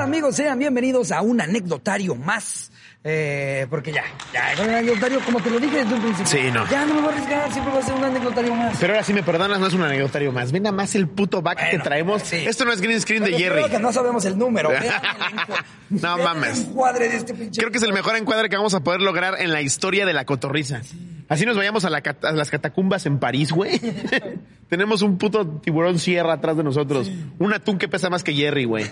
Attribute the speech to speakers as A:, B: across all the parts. A: amigos, sean bienvenidos a un anecdotario más. Eh, porque ya, ya, con el anecdotario, como te lo dije desde un principio.
B: Sí, no.
A: Ya no me voy a arriesgar, siempre va a ser un anecdotario más.
B: Pero ahora sí me perdonas, no es un anecdotario más. Ven nada más el puto back
A: Bueno,
B: que traemos.
A: sí.
B: Esto no es green screen de
A: Oye,
B: Jerry.
A: creo que no sabemos el número. Vean el encu-
B: No
A: vean
B: mames.
A: El encuadre de este pinche.
B: Creo que es el mejor encuadre que vamos a poder lograr en la historia de la cotorriza. Así nos vayamos a, la cat- a las catacumbas en París, güey. Tenemos un puto tiburón sierra atrás de nosotros. Un atún que pesa más que Jerry, güey.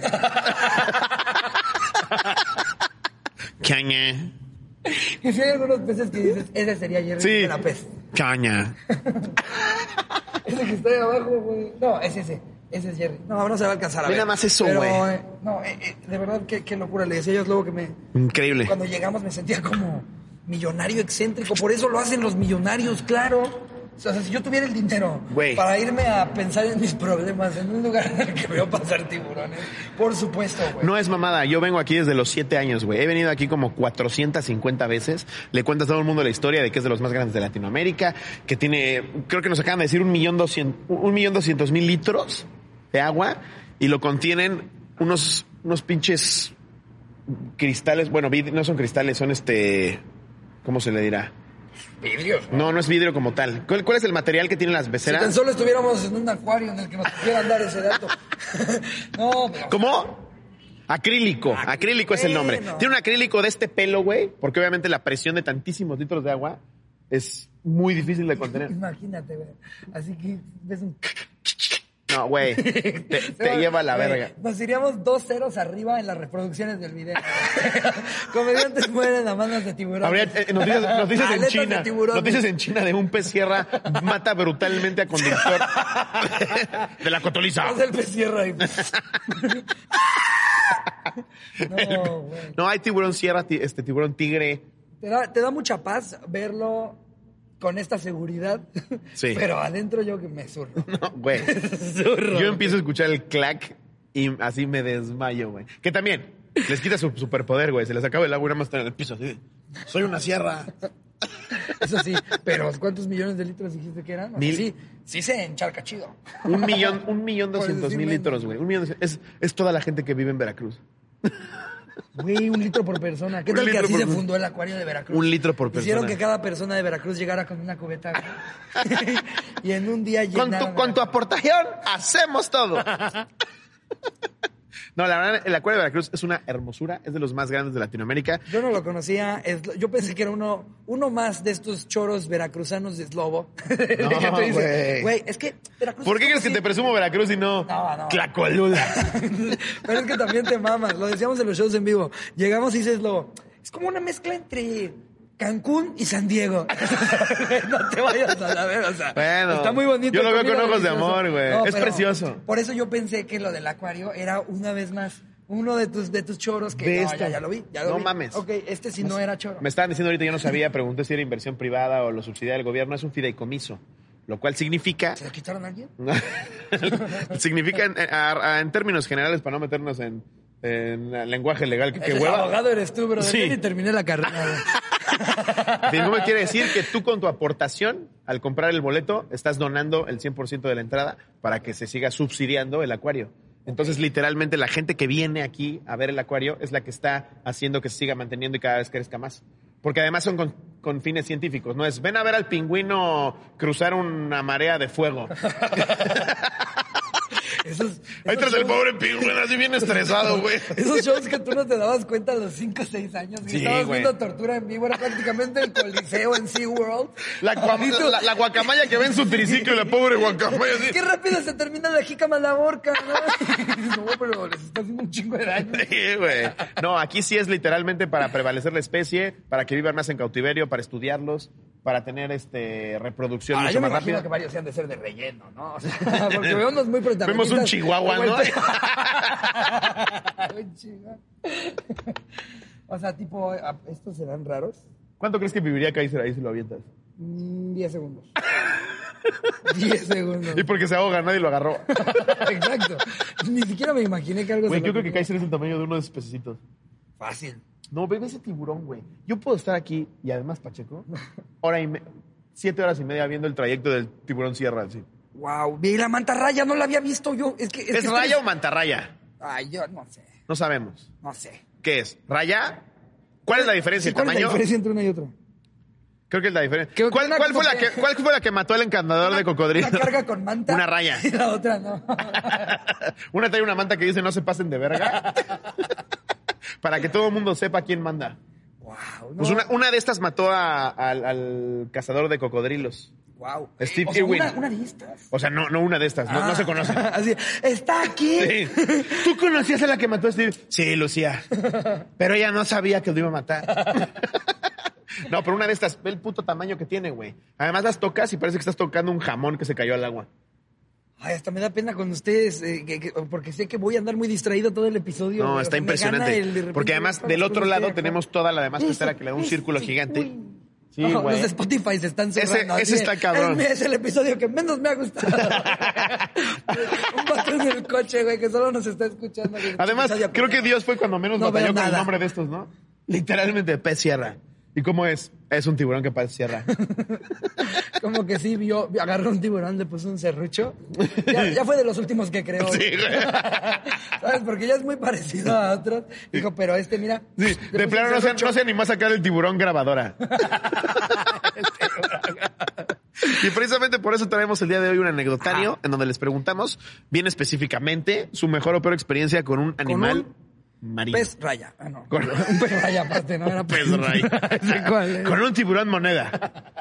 B: Caña.
A: Y si hay algunos peces que dices, ese sería Jerry
B: Sí.
A: de la pez.
B: Caña.
A: Ese que está ahí abajo, güey. No, es ese. Ese es Jerry. No, no se va a alcanzar a
B: Ve
A: ver.
B: nada más eso,
A: Pero,
B: güey.
A: eh, No, eh, eh, de verdad, qué, qué locura. Le decía ellos luego que me...
B: Increíble.
A: Cuando llegamos me sentía como millonario excéntrico, por eso lo hacen los millonarios, claro. O sea, si yo tuviera el dinero
B: Güey.
A: para irme a pensar en mis problemas en un lugar en el que veo pasar tiburones, por supuesto, güey.
B: No es mamada, yo vengo aquí desde los siete años, güey. He venido aquí como 450 veces. Le cuentas a todo el mundo la historia de que es de los más grandes de Latinoamérica, que tiene, creo que nos acaban de decir un millón doscientos, un millón doscientos mil litros de agua y lo contienen unos, unos pinches cristales. Bueno, vid- no son cristales, son este, ¿cómo se le dirá?
A: Vidrios.
B: No, no es vidrio como tal. ¿Cuál, cuál es el material que tienen las
A: Si tan
B: beceras?
A: solo estuviéramos en un acuario en el que nos pudieran dar ese dato. no, pero...
B: ¿Cómo? Acrílico,
A: Acrílico.
B: acrílico, es el nombre.
A: Bueno.
B: Tiene un acrílico de este pelo, güey, porque obviamente la presión de tantísimos litros de agua es muy difícil de contener.
A: Imagínate, güey. Así que ves un...
B: No, güey, te, te lleva a la
A: Güey,
B: verga.
A: Nos iríamos dos ceros arriba en las reproducciones del video. Comediantes mueren a manos de tiburones.
B: Habría eh, noticias, noticias en
A: Aletas de
B: China,
A: tiburones.
B: noticias en China de un pez sierra mata brutalmente a conductor de la cotoliza.
A: Haz el pez sierra ahí. no, güey.
B: No, hay tiburón sierra, ti- este tiburón tigre.
A: Te da, te da mucha paz verlo con esta seguridad.
B: Sí.
A: Pero adentro yo que me zurro.
B: No, güey.
A: Zurro.
B: Yo empiezo a escuchar el clac y así me desmayo, güey. Que también les quita su superpoder, güey. Se les acaba el agua y nada más están en el piso. así. Soy una sierra.
A: Eso sí. Pero ¿cuántos millones de litros dijiste que eran? O sea,
B: Mil.
A: Sí, sí se encharca chido.
B: Un millón, un millón
A: Por
B: doscientos
A: decir
B: mil
A: menos.
B: litros, güey. Un millón doscientos- es, es toda la gente que vive en Veracruz.
A: Güey, un litro por persona. ¿Qué
B: Un
A: tal que
B: litro
A: así
B: por
A: se
B: persona.
A: fundó el acuario de Veracruz?
B: Un litro por
A: Hicieron que
B: persona.
A: cada persona de Veracruz llegara con una cubeta. güey. y en un día
B: Con
A: llenaron...
B: tu, con tu aportación hacemos todo. No, la verdad, el Acuario de Veracruz es una hermosura, es de los más grandes de Latinoamérica.
A: Yo no lo conocía. es- Yo pensé que era uno, uno más de estos choros veracruzanos de Slobo. Que te dicen,
B: güey.
A: Güey, es que Veracruz...
B: ¿Por qué
A: es
B: crees que te
A: así".
B: presumo Veracruz y no,
A: No, no.
B: Tlacolula?
A: Pero es que también te mamas. Lo decíamos en los shows en vivo. Llegamos y dices lo. Es como una mezcla entre Cancún y San Diego. no te vayas a la ver, o sea.
B: Bueno,
A: está muy bonito.
B: yo lo veo
A: comida
B: con ojos de
A: deliciosa.
B: amor, güey. Es
A: pero
B: precioso.
A: Por eso yo pensé que lo del acuario era una vez más uno de tus, de tus choros que.
B: De
A: no,
B: esto.
A: ya, ya lo vi. ya lo
B: No
A: vi.
B: mames.
A: Ok, este sí no era choro.
B: Me estaban diciendo ahorita, yo no sabía, pregunté si era inversión privada o lo subsidia del gobierno, es un fideicomiso, lo cual significa...
A: ¿Se lo quitaron a alguien?
B: significa, en, a- a- en términos generales, para no meternos en, en lenguaje legal, que, que
A: El
B: hueva,
A: abogado eres tú, bro.
B: Sí.
A: Yo ni terminé la carrera. güey.
B: me quiere decir que tú con tu aportación, al comprar el boleto, estás donando el 100% de la entrada para que se siga subsidiando el acuario. Entonces, literalmente, la gente que viene aquí a ver el acuario es la que está haciendo que se siga manteniendo y cada vez crezca más. Porque además son con, con fines científicos. No es, ven a ver al pingüino cruzar una marea de fuego.
A: Esos-
B: Ahí
A: esos
B: tras el
A: shows-
B: pobre pingüino, así bien estresado, güey.
A: Esos shows que tú no te dabas cuenta a los 5 o 6 años. Que
B: Sí,
A: estabas
B: güey.
A: viendo tortura en vivo. Era prácticamente el coliseo en SeaWorld.
B: La, cua-
A: Ahorita-
B: la- la guacamaya que ve en su triciclo, la pobre guacamaya. así.
A: Qué rápido se termina la jícama la horca, ¿no? no, pero les está haciendo un chingo de daño.
B: Sí, güey. No, aquí sí es literalmente para prevalecer la especie, para que vivan más en cautiverio, para estudiarlos, para tener este reproducción
A: Ahora,
B: mucho
A: Ah, yo me
B: más
A: imagino
B: rápida.
A: que varios se han de ser de relleno, ¿no? O sea, porque veo unos muy protagonistas.
B: Vemos un chihuahua, ¿no?
A: Un chihuahua. O sea, tipo, ¿a- ¿estos serán raros?
B: ¿Cuánto crees que viviría Kaiser ahí si lo avientas?
A: Mm, 10 segundos. 10 segundos.
B: Y porque se ahoga, nadie lo agarró.
A: Exacto. Ni siquiera me imaginé que algo
B: Güey,
A: se me
B: yo creo que
A: ocurriera.
B: Kaiser es el tamaño de uno de esos pececitos.
A: Fácil.
B: No, bebé ese tiburón, güey. Yo puedo estar aquí y además, Pacheco, hora y me- siete horas y media viendo el trayecto del tiburón sierra. así.
A: Wow, vi la mantarraya, no la había visto yo. Es que
B: ¿Es
A: que
B: raya
A: estoy-
B: o mantarraya?
A: Ay, yo no sé.
B: No sabemos.
A: No sé.
B: ¿Qué es? ¿Raya? Pues, ¿Cuál es la
A: Sí,
B: diferencia? ¿El
A: ¿Cuál es la
B: tamaño?
A: diferencia entre una y otra?
B: Creo que es la diferencia.
A: Creo que
B: ¿Cuál,
A: una
B: cuál fue la
A: como-
B: que, ¿Cuál fue la que mató al encantador de cocodrilo?
A: Una carga con manta.
B: Una raya.
A: Y la otra no.
B: una trae una manta que dice no se pasen de verga. Para que todo el mundo sepa quién manda.
A: wow.
B: Pues una, una de estas mató a- al, al cazador de cocodrilos.
A: Wow.
B: Steve
A: o sea,
B: Irwin.
A: Una, una de estas.
B: O sea, no, no una de estas, no,
A: Ah.
B: no se conocen.
A: Así, está aquí.
B: Sí. ¿Tú conocías a la que mató a Steve? Sí, Lucía. Pero ella no sabía que lo iba a matar. No, pero una de estas, ve el puto tamaño que tiene, güey. Además las tocas y parece que estás tocando un jamón que se cayó al agua.
A: Ay, hasta me da pena con ustedes, eh, que- que- porque sé que voy a andar muy distraído todo el episodio.
B: No,
A: güey.
B: está
A: Me gana
B: impresionante.
A: el de repente
B: Porque además
A: estar
B: del
A: con
B: otro
A: ustedes
B: lado
A: acá.
B: tenemos toda la demás pecera que le da un
A: Ese,
B: círculo
A: ese,
B: gigante.
A: uy.
B: Sí,
A: No,
B: güey.
A: Los Spotify se están
B: Ese-
A: cerrando.
B: ese
A: así
B: está
A: de,
B: cabrón.
A: Es, es el episodio que menos me ha gustado. un vato en el coche, güey, que solo nos está escuchando. güey.
B: Además,
A: Episodio
B: creo que
A: culero.
B: Dios fue cuando menos
A: No
B: batalló
A: veo
B: con el
A: nada.
B: nombre de estos, ¿no? Literalmente, pez sierra. ¿Y cómo es? Es un tiburón que pez sierra.
A: Como que sí, vio, agarró un tiburón, le puso un serrucho. Ya, ya fue de los últimos que creó.
B: Sí, güey.
A: ¿Sabes? Porque ya es muy parecido a otros. Dijo, pero este, mira.
B: Sí,
A: le puso
B: de
A: un
B: plano no se,
A: serrucho.
B: no se animó a sacar el tiburón grabadora. y precisamente por eso traemos el día de hoy un anecdotario en donde les preguntamos bien específicamente su mejor o peor experiencia con un animal marino.
A: Pez raya. Ah, no.
B: Con-
A: Un pez raya aparte, ¿no? Era
B: Pez ray.
A: Ese cual, eh.
B: Con un tiburón moneda.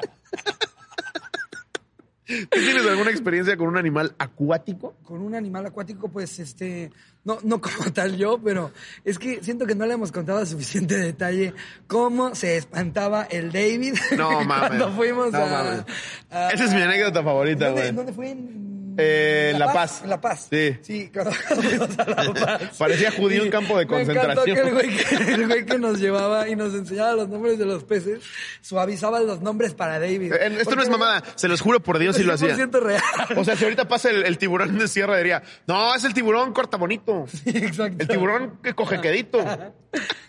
B: ¿Tú tienes alguna experiencia con un animal acuático?
A: con un animal acuático, pues este, no, no como tal yo, pero es que siento que no le hemos contado a suficiente detalle cómo se espantaba el David
B: No mames.
A: cuando fuimos
B: No
A: a,
B: mames.
A: a-
B: Esa es mi anécdota favorita,
A: ¿Dónde,
B: güey.
A: dónde fue? En
B: Eh, La Paz.
A: En La Paz.
B: Sí.
A: Sí, cuando fuimos a La Paz.
B: Parecía judío en
A: Sí.
B: campo de
A: Me encantó
B: concentración.
A: que el güey que, el güey que nos llevaba y nos enseñaba los nombres de los peces, suavizaba los nombres para David.
B: Eh, Esto no es
A: Porque
B: mamada, se los juro por Dios si
A: era
B: lo hacía.
A: 100% real.
B: O sea, si ahorita pasa el, el tiburón de sierra, diría, no, es el tiburón corta bonito.
A: Exacto.
B: El tiburón que coge quedito.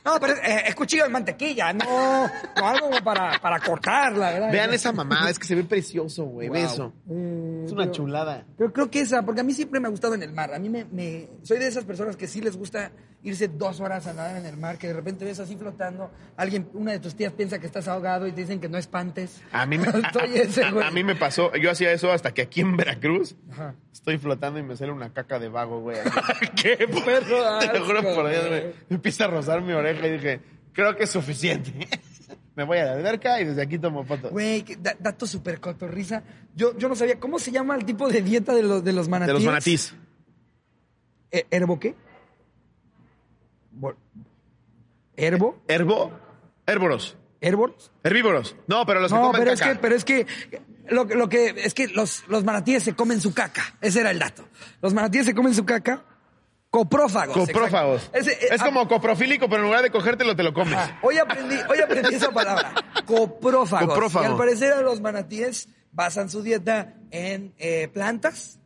A: No, pero eh, es cuchillo de mantequilla, no, no algo como para, para cortar, la verdad.
B: Vean esa mamada, es que se ve precioso, güey. Ve
A: Wow.
B: eso.
A: Eh,
B: Es una
A: pero-
B: chulada.
A: Pero creo que esa, porque a mí siempre me ha gustado en el mar. A mí me, me- soy de esas personas que sí les gusta irse dos horas a nadar en el mar, que de repente ves así flotando, alguien, una de tus tías piensa que estás ahogado y te dicen que no espantes.
B: A mí, me, a-
A: Soy ese,
B: a- a-
A: güey.
B: a mí me pasó, yo hacía eso hasta que aquí en Veracruz
A: Ajá.
B: estoy flotando y me sale una caca de vago, güey.
A: Qué perro
B: Te lo juro
A: asco,
B: por Dios, güey.
A: güey.
B: Me Empieza a rozar mi oreja y dije, creo que es suficiente. Me voy a la alberca y desde aquí tomo fotos.
A: Güey, qué da- dato súper cotorriza. Yo, yo no sabía, ¿cómo se llama el tipo de dieta de los, de los
B: De
A: manatíes?
B: los manatís.
A: Eh, ¿Herbo qué? Bo- ¿Herbo?
B: Herbo, herboros.
A: ¿Herboros?
B: Herbívoros. No, pero los que
A: No,
B: comen
A: pero es
B: caca.
A: que, pero es que lo, lo que es que los, los manatíes se comen su caca. Ese era el dato. Los manatíes se comen su caca. Coprófagos.
B: Coprófagos.
A: exacto. Ese, eh,
B: es como coprofílico, pero en lugar de cogértelo, te lo comes.
A: ah, hoy aprendí, hoy aprendí esa palabra. Coprófagos.
B: Coprófago.
A: Y al parecer a los manatíes basan su dieta en eh, plantas.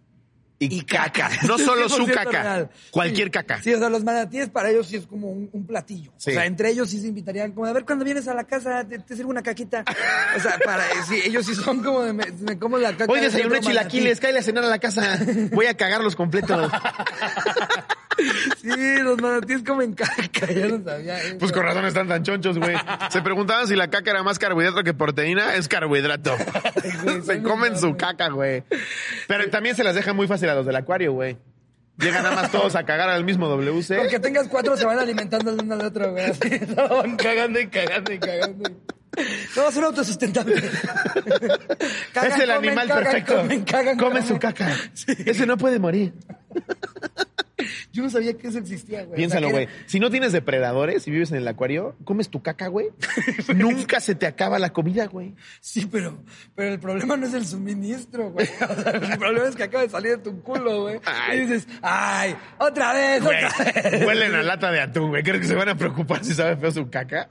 A: Y caca.
B: No solo su
A: 100%
B: caca,
A: real.
B: cualquier
A: Sí.
B: caca.
A: Sí, o sea, los manatíes para ellos sí es como un, un platillo.
B: Sí.
A: O sea, entre ellos sí se invitarían como, a ver, cuando vienes a la casa, te, te sirvo una caquita. O sea, para, sí, ellos sí son como de, me, me como la caca.
B: Hoy
A: de
B: desayuné
A: otro manatí.
B: chilaquiles, cállale a cenar a la casa. Voy a cagar los completos.
A: Sí, los manatíes comen caca, ya lo sabía. eh,
B: Pues
A: güey.
B: con razón están tan chonchos, güey. Se preguntaban si la caca era más carbohidrato que proteína. Es carbohidrato.
A: güey,
B: se
A: son
B: comen
A: enormes.
B: su caca, güey. Pero también se las dejan muy fácil a los del acuario, güey. Llegan nada más todos a cagar al mismo WC.
A: Aunque tengas cuatro, se van alimentando el uno al otro, güey. Así, no, van cagando y cagando y cagando. No, son autosustentables. Cagan,
B: es
A: comen,
B: el animal
A: cagan,
B: perfecto.
A: comen, cagan,
B: Come
A: comen.
B: su caca.
A: Sí.
B: Ese no puede morir.
A: Yo no sabía que eso existía, güey.
B: Piénsalo,
A: O sea, que
B: güey.
A: era-
B: Si no tienes depredadores y vives en el acuario, comes tu caca, güey. Nunca se te acaba la comida, güey.
A: Sí, pero, pero el problema no es el suministro, güey. O sea, el problema es que acaba de salir de tu culo, güey.
B: Ay.
A: Y dices, ay, otra vez, otra vez.
B: Huelen a lata de atún, güey. ¿Crees que se van a preocupar si sabe feo su caca?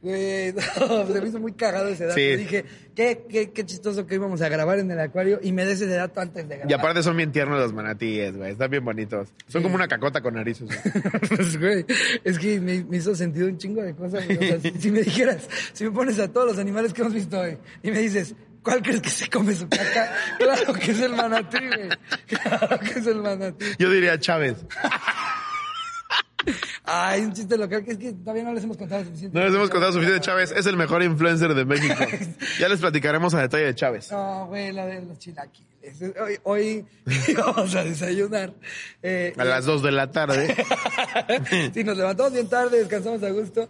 A: Güey, no, se me hizo muy cagado ese dato.
B: Sí.
A: Dije, qué, qué, qué chistoso que íbamos a grabar en el acuario y me des ese dato antes de grabar.
B: Y aparte son bien tiernos los manatíes, güey. Están bien bonitos. Son como una cacota con narices. güey.
A: Pues, güey, es que me, me hizo sentido un chingo de cosas. güey. O sea, si, si me dijeras, si me pones a todos los animales que hemos visto hoy y me dices, ¿cuál crees que se come su caca? Claro que es el manatí, güey. Claro que es el manatí.
B: Yo diría Chávez.
A: Ay, un chiste local que es que todavía no les hemos contado suficiente.
B: No les hemos contado suficiente de Chávez. Es el mejor influencer de México. Ya les platicaremos a detalle de Chávez.
A: No, güey, la de los chilaquiles. Hoy, hoy vamos a desayunar. Eh,
B: A las 2 de la tarde.
A: sí, nos levantamos bien tarde, descansamos a gusto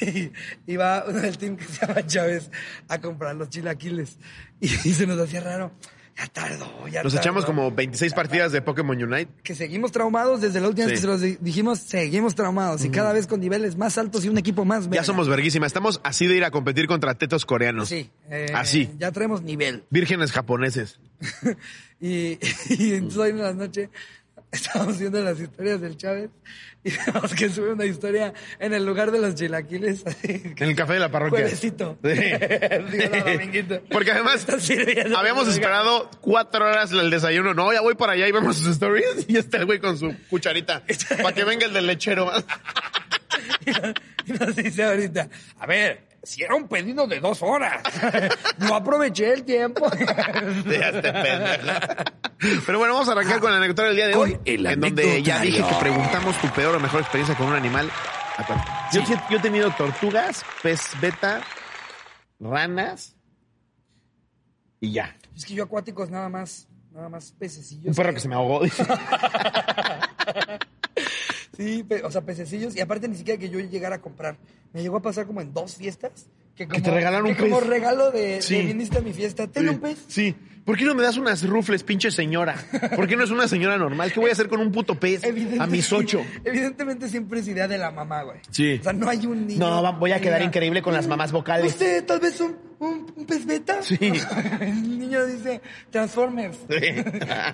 A: y, y va uno del team que se llama Chávez a comprar los chilaquiles y, y se nos hacía raro. Ya tardó, ya
B: Nos
A: tardó.
B: echamos como 26 partidas de Pokémon Unite.
A: Que seguimos traumados desde la última vez que se
B: Sí.
A: los di- dijimos, seguimos traumados y cada vez con niveles más altos y un equipo más.
B: Ya
A: verga.
B: somos verguísima. Estamos así de ir a competir contra tetos coreanos.
A: Sí. eh,
B: Así.
A: Ya traemos nivel.
B: Vírgenes japoneses.
A: Y, y entonces hoy en la noche estábamos viendo las historias del Chávez y vemos que sube una historia en el lugar de los chilaquiles. así,
B: En el café de la parroquia.
A: Juevesito.
B: Sí.
A: Digo, no, dominguito.
B: Porque además
A: Está sirviendo.
B: habíamos
A: Oiga.
B: esperado cuatro horas el desayuno. No, ya voy para allá y vemos sus stories. Y está el güey con su cucharita. Para que venga el del lechero.
A: Y nos dice ahorita, a ver, si era un pedido de dos horas, no aproveché el tiempo.
B: Ya este pendejo. Pero bueno, vamos a arrancar con el anecdotario del día de
A: Con
B: hoy.
A: el
B: en donde ya
A: anecdotario.
B: dije que preguntamos tu peor o mejor experiencia con un animal. acuérdate. Yo, sí- yo he tenido tortugas, pez beta, ranas y ya.
A: es que yo acuáticos nada más, nada más pececillos.
B: Un perro que se me ahogó.
A: Sí, pe- o sea, pececillos. Y aparte ni siquiera que yo llegara a comprar. Me llegó a pasar como en dos fiestas. Que, como,
B: te regalaron un
A: que como
B: pez.
A: regalo de, de
B: Sí.
A: viniste a mi fiesta. Ten un pez.
B: Sí. ¿Por qué no me das unas rufles, pinche señora? ¿Por qué no es una señora normal? ¿Qué voy a hacer con un puto pez
A: Evidente-
B: a mis ocho?
A: Evidentemente siempre es idea de la mamá, güey.
B: Sí.
A: O sea, no hay un niño.
B: No, va- voy a
A: que
B: quedar
A: diga,
B: increíble con las
A: "Mm,
B: mamás vocales".
A: ¿Usted tal vez un, un, un pez beta?
B: Sí.
A: El niño dice Transformers.
B: Sí.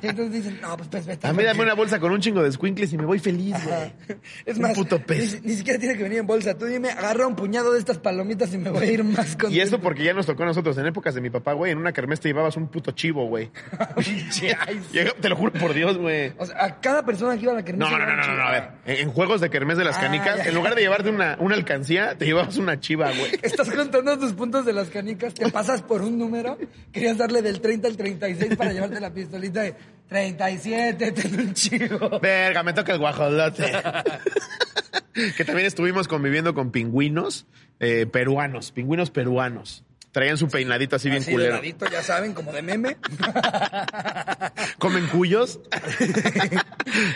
A: Y entonces dicen, no, pues pez beta.
B: A mí
A: porque-
B: dame una bolsa con un chingo de squinkles y me voy feliz, güey.
A: Ajá. Es
B: Un
A: más,
B: puto pez.
A: Ni, ni siquiera tiene que venir en bolsa. Tú dime, agarra un puñado de estas palomitas y me voy a ir más con
B: Y esto porque ya nos tocó a nosotros. En épocas de mi papá, güey, en una kermés te llevabas un puto chivo, güey. Llega- te lo juro por Dios, güey.
A: O sea, a cada persona que iba a la kermés.
B: No, no, no,
A: era
B: no,
A: una
B: no, no, a ver.
A: chingada.
B: En en juegos de kermés de las
A: Ah,
B: canicas,
A: ya, ya.
B: en lugar de llevarte una, una alcancía, te llevabas una chiva, güey.
A: Estás contando tus puntos de las canicas, te pasas por un número, querías darle del 30 al 36 para llevarte la pistolita de 37, ten un chivo.
B: Verga, me toca el guajolote. que también estuvimos conviviendo con pingüinos eh, peruanos, pingüinos peruanos. Traían su peinadito así bien
A: Así de
B: culero.
A: ladito, ya saben, como de meme.
B: ¿Comen cuyos?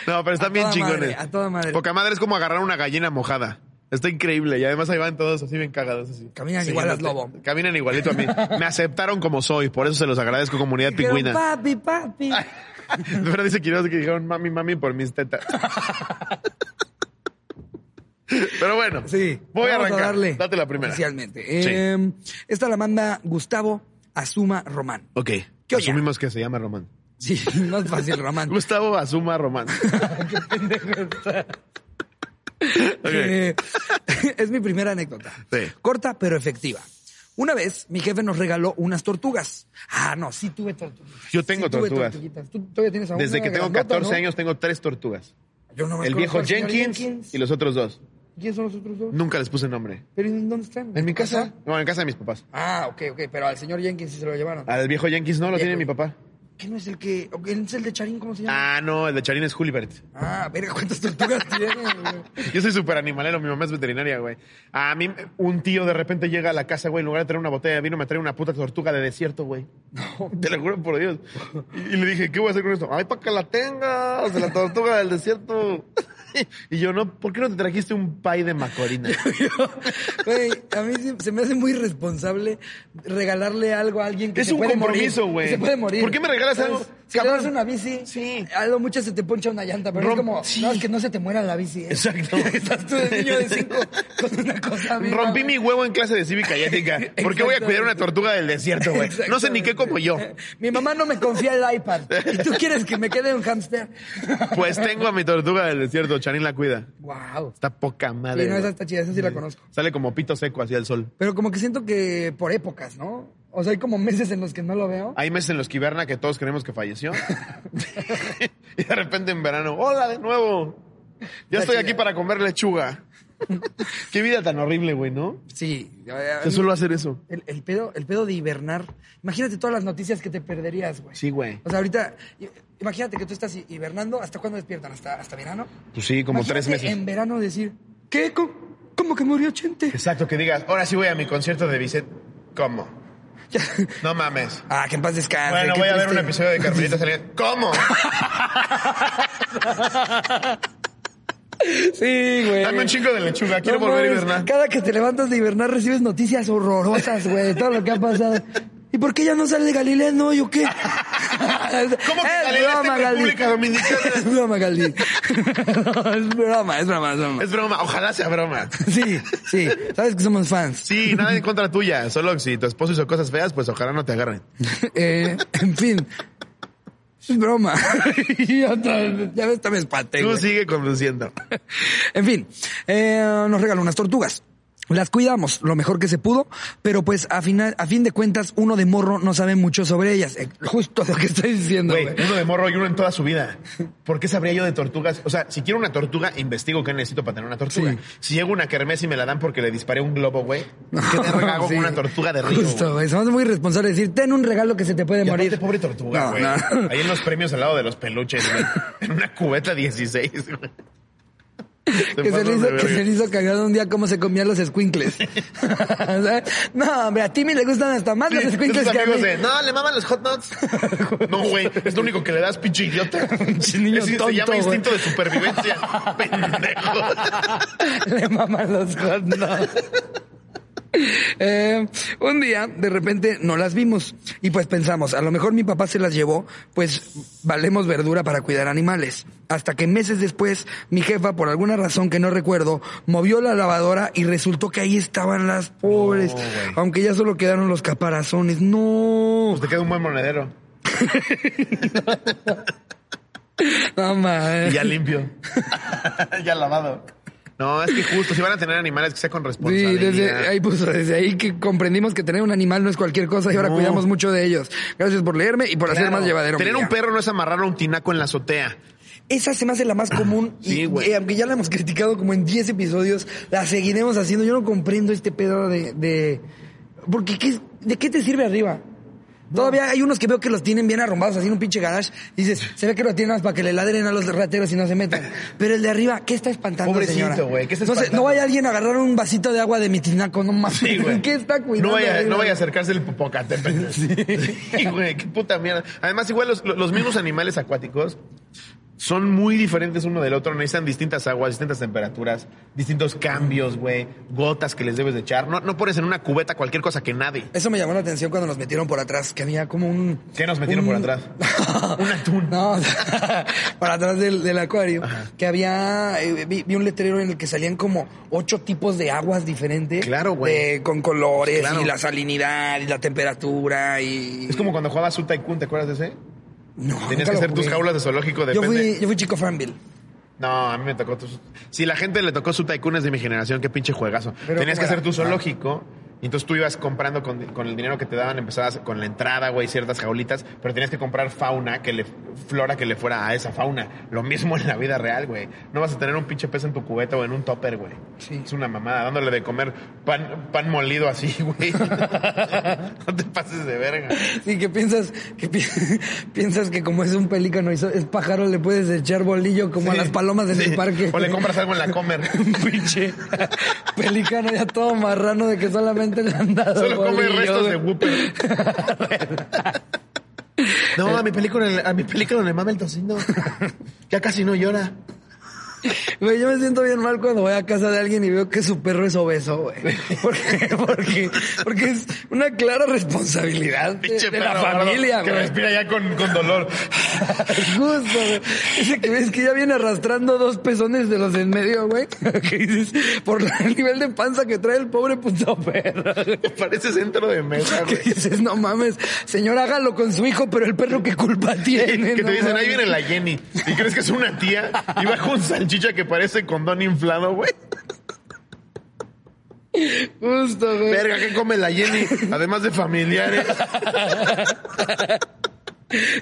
B: no, pero están
A: A
B: bien
A: toda
B: chingones.
A: madre, a toda madre.
B: Poca madre es como agarrar una gallina mojada. Está increíble. Y además ahí van todos así bien cagados. Así.
A: Caminan igual al
B: Siguiéndote.
A: lobo.
B: Caminan igualito a mí. Me aceptaron como soy. Por eso se los agradezco, comunidad
A: Dijeron,
B: pingüina.
A: papi, papi.
B: Pero dice Quiroz que dijeron mami, mami por mis tetas. Pero bueno.
A: Sí.
B: Voy a
A: vamos
B: arrancar.
A: darle
B: Date la primera.
A: Oficialmente.
B: Sí.
A: Eh, esta la manda Gustavo Azuma Román.
B: Ok.
A: ¿Qué oña?
B: Asumimos que se llama Román.
A: Sí, no es fácil, Román.
B: Gustavo Asuma Román. Ok.
A: Eh, es mi primera anécdota.
B: Sí.
A: Corta pero efectiva. Una vez mi jefe nos regaló unas tortugas. Ah, no, sí tuve tortugas.
B: Yo tengo
A: Sí tuve
B: tortugas.
A: tortuguitas. Tú todavía tienes a
B: Desde
A: una
B: que tengo
A: grandota,
B: 14
A: ¿no?
B: años tengo tres tortugas.
A: Yo nomás
B: El viejo
A: conozco al señor
B: Jenkins, y los otros dos.
A: ¿Quiénes son los otros dos?
B: Nunca les puse nombre.
A: ¿Pero en dónde están?
B: ¿En mi casa? No, en casa de mis papás.
A: Ah, ok, ok, pero al señor Jenkins sí se lo llevaron.
B: Al viejo Jenkins no, lo
A: Viejo.
B: tiene mi papá.
A: ¿Qué no es el que.? o- ¿Él es el de Charín? ¿Cómo se llama?
B: Ah, no, el de Charín es Julibert.
A: Ah, verga, ¿cuántas tortugas tiene? güey?
B: Yo soy súper animalero, mi mamá es veterinaria, güey. A mí, un tío de repente llega a la casa, güey, en lugar de traer una botella de vino, me trae una puta tortuga de desierto, güey. Te lo juro por Dios. Y le dije, ¿qué voy a hacer con esto? Ay, para que la tengas, de la tortuga del desierto. Y yo, no, ¿por qué no te trajiste un pay de macorina?
A: Güey, a mí sí- se me hace muy irresponsable regalarle algo a alguien que
B: Es
A: se
B: un
A: puede
B: compromiso,
A: morir,
B: güey.
A: que Se puede morir.
B: ¿Por qué me regalas
A: ¿Sabes?
B: algo?
A: Si le das
B: Cabrón.
A: una bici,
B: Sí.
A: a lo mucho se te poncha una llanta, pero
B: Rom-
A: es como,
B: sí.
A: no, es que no se te muera la bici. ¿eh?
B: Exacto.
A: Estás tú de niño de cinco con una cosa viva,
B: Rompí mi
A: güey.
B: huevo en clase de cívica y ética. ¿Por qué voy a cuidar una
A: Exactamente.
B: tortuga del desierto, güey? No sé ni qué como yo.
A: Mi mamá no me confía el iPad. ¿Y tú quieres que me quede un hámster?
B: Pues tengo a mi tortuga del desierto, Charín la cuida.
A: Wow.
B: Está poca madre.
A: Sí, no, esa
B: güey.
A: está chida, esa sí la conozco.
B: Sale como pito seco hacia el sol.
A: Pero como que siento que por épocas, ¿no? O sea, hay como meses en los que no lo veo.
B: Hay meses en los que hiberna que todos creemos que falleció. y de repente en verano, hola de nuevo. Ya estoy aquí para comer lechuga. Qué vida tan horrible, güey, ¿no?
A: Sí.
B: O sea, solo hacer eso.
A: El, el pedo, el pedo de hibernar. Imagínate todas las noticias que te perderías, güey.
B: Sí, güey.
A: O sea, ahorita, i- imagínate que tú estás hi- hibernando. ¿Hasta cuándo despiertan? ¿Hasta, hasta verano?
B: Pues sí, como tres
A: Imagínate
B: meses.
A: En verano decir, ¿qué? ¿Cómo, cómo que murió Chente?
B: Exacto, que digas, ahora sí voy a mi concierto de Vicente. ¿Cómo? No mames.
A: ah, que en paz descanse.
B: Bueno,
A: qué
B: voy a ver un
A: triste.
B: episodio de Carmelita Salinas. ¿Cómo?
A: Sí, güey.
B: Dame un chingo de lechuga, quiero
A: No
B: volver a
A: mames,
B: hibernar.
A: Cada que te levantas de hibernar recibes noticias horrorosas, güey, de todo lo que ha pasado. ¿Y por qué ya no sale Galilea? No, ¿yo qué?
B: ¿Cómo que
A: es
B: Galilea está en
A: broma, Galí.
B: República Dominicana?
A: Es broma, Galí. es broma, es broma, es broma.
B: Es broma, ojalá sea broma.
A: Sí, sí. Sabes que somos fans.
B: Sí, nada en contra tuya, solo si tu esposo hizo cosas feas, pues ojalá no te agarren.
A: Eh, en fin. Es broma. Y otra vez, ya ves, también espanté,
B: Tú
A: güey.
B: sigue conduciendo.
A: En fin, eh, nos regaló unas tortugas. Las cuidamos lo mejor que se pudo, pero pues a, final, a fin de cuentas uno de morro no sabe mucho sobre ellas. Eh, justo lo que estoy diciendo.
B: Güey,
A: güey.
B: uno de morro y uno en toda su vida. ¿Por qué sabría yo de tortugas? O sea, si quiero una tortuga, investigo qué necesito para tener una tortuga.
A: Sí.
B: Si llego a una kermés y me la dan porque le disparé un globo, güey, ¿qué te hago
A: Sí.
B: con una tortuga de río?
A: Justo, güey. Somos muy responsables de decir, ten un regalo que se te puede
B: Y
A: morir.
B: aparte, pobre tortuga,
A: No,
B: güey.
A: no.
B: Ahí en los premios al lado de los peluches, güey. En una cubeta 16, güey.
A: Que se, le
B: pasan
A: hizo,
B: de
A: que
B: verga.
A: se le hizo cagado un día cómo se comían los escuincles. no, hombre, a Timmy le gustan hasta más los
B: Sí,
A: escuincles
B: esos
A: que a mí.
B: amigos de, no, le maman los hot nuts. no, güey, es lo único que le das, pinche idiota.
A: Pinche niño
B: Es-
A: tonto,
B: se llama
A: güey.
B: instinto de supervivencia. Pendejo.
A: Le maman los hot dogs. Eh, un día, de repente, no las vimos. Y pues pensamos, a lo mejor mi papá se las llevó, pues valemos verdura para cuidar animales. Hasta que meses después, mi jefa, por alguna razón que no recuerdo, movió la lavadora y resultó que ahí estaban las pobres.
B: güey.
A: aunque ya solo quedaron los caparazones. No,
B: Pues te queda un buen monedero.
A: no
B: Y
A: mames.
B: ya limpio. ya lavado. No, es que justo, si van a tener animales, que sea con
A: Sí,
B: responsabilidad.
A: desde ahí, puso, desde ahí que comprendimos que tener un animal no es cualquier cosa y ahora
B: No.
A: cuidamos mucho de ellos. Gracias por leerme y por hacer
B: Claro.
A: más llevadero.
B: Tener
A: mi
B: un
A: día.
B: perro no es amarrar a un tinaco en la azotea.
A: Esa se me hace la más común y,
B: Ah, Sí, güey.
A: eh, aunque ya la hemos criticado como en 10 episodios, la seguiremos haciendo. Yo no comprendo este pedo de... de porque ¿qué- ¿de qué te sirve arriba? Todavía hay unos que veo que los tienen bien arrumbados así en un pinche garage. Y dices, se ve que lo tienen nada más para que le ladren a los rateros y no se metan. Pero el de arriba, ¿qué está espantando,
B: Pobrecito,
A: señora?
B: güey, ¿qué está
A: no, sé,
B: espantando?
A: no vaya alguien a agarrar un vasito de agua de mi tinaco, no mames.
B: Sí, güey.
A: ¿Qué está cuidando?
B: No vaya,
A: arriba?
B: no vaya a acercarse el popocatépetl. Sí, güey, qué puta mierda. Además, igual los, los mismos animales acuáticos son muy diferentes uno del otro. Necesitan distintas aguas, distintas temperaturas, distintos cambios, güey. Gotas que les debes de echar. No, no pones en una cubeta cualquier cosa que nadie.
A: Eso me llamó la atención cuando nos metieron por atrás, que había como un...
B: ¿Qué nos metieron por atrás? Un atún.
A: No, o sea, por atrás del, del acuario, que había, eh, vi, vi un letrero en el que salían como ocho tipos de aguas diferentes.
B: Claro, güey.
A: de- Con colores
B: Claro.
A: y la salinidad y la temperatura y...
B: Es como cuando jugabas Su Tycoon, ¿te acuerdas de ese?
A: No, Ah,
B: Tenías
A: nunca
B: que
A: lo
B: hacer tus
A: jugué.
B: jaulas de zoológico,
A: Yo
B: depende.
A: fui, yo fui chico Franville.
B: No, a mí me tocó. tus- Si la gente le tocó su Tycoon es de mi generación, qué pinche juegazo.
A: Pero
B: Tenías
A: ¿cómo
B: que hacer
A: era? Ah.
B: tu zoológico. Y entonces tú ibas comprando con, con el dinero que te daban, empezabas con la entrada, güey, ciertas jaulitas, pero tenías que comprar fauna que le, flora que le fuera a esa fauna. Lo mismo en la vida real, güey. No vas a tener un pinche pez en tu cubeta o en un topper, güey.
A: Sí.
B: Es una mamada, dándole de comer pan, pan molido así, güey. no te pases de verga.
A: Sí, que piensas que pi- piensas que como es un pelícano y so- es pájaro, le puedes echar bolillo como a las palomas en
B: Sí.
A: el parque.
B: O le compras algo en la comer.
A: Pinche pelícano ya todo marrano de que solamente le han dado
B: Solo come
A: bolillo,
B: restos
A: güey.
B: de Whooper. No, a mi película, a mi película le mama el tocino. Ya casi no llora.
A: Güey, yo me siento bien mal cuando voy a casa de alguien y veo que su perro es obeso, güey. Porque, porque, porque es una clara responsabilidad de, de la familia,
B: Que
A: güey.
B: respira ya con, con dolor.
A: Justo, güey. Ese que ves que ya viene arrastrando dos pezones de los en medio, güey. Que dices, por el nivel de panza que trae el pobre puto perro.
B: Parece centro de mesa,
A: Que
B: güey.
A: dices, no mames, señor, hágalo con su hijo, pero el perro qué culpa tiene.
B: Que
A: no
B: te dicen,
A: mames.
B: ahí viene la Jenny. ¿Y crees que es una tía? Y bajo un salchicha que parece condón inflado, güey.
A: Justo, güey.
B: Verga, ¿qué come la Jenny? Además de familiares.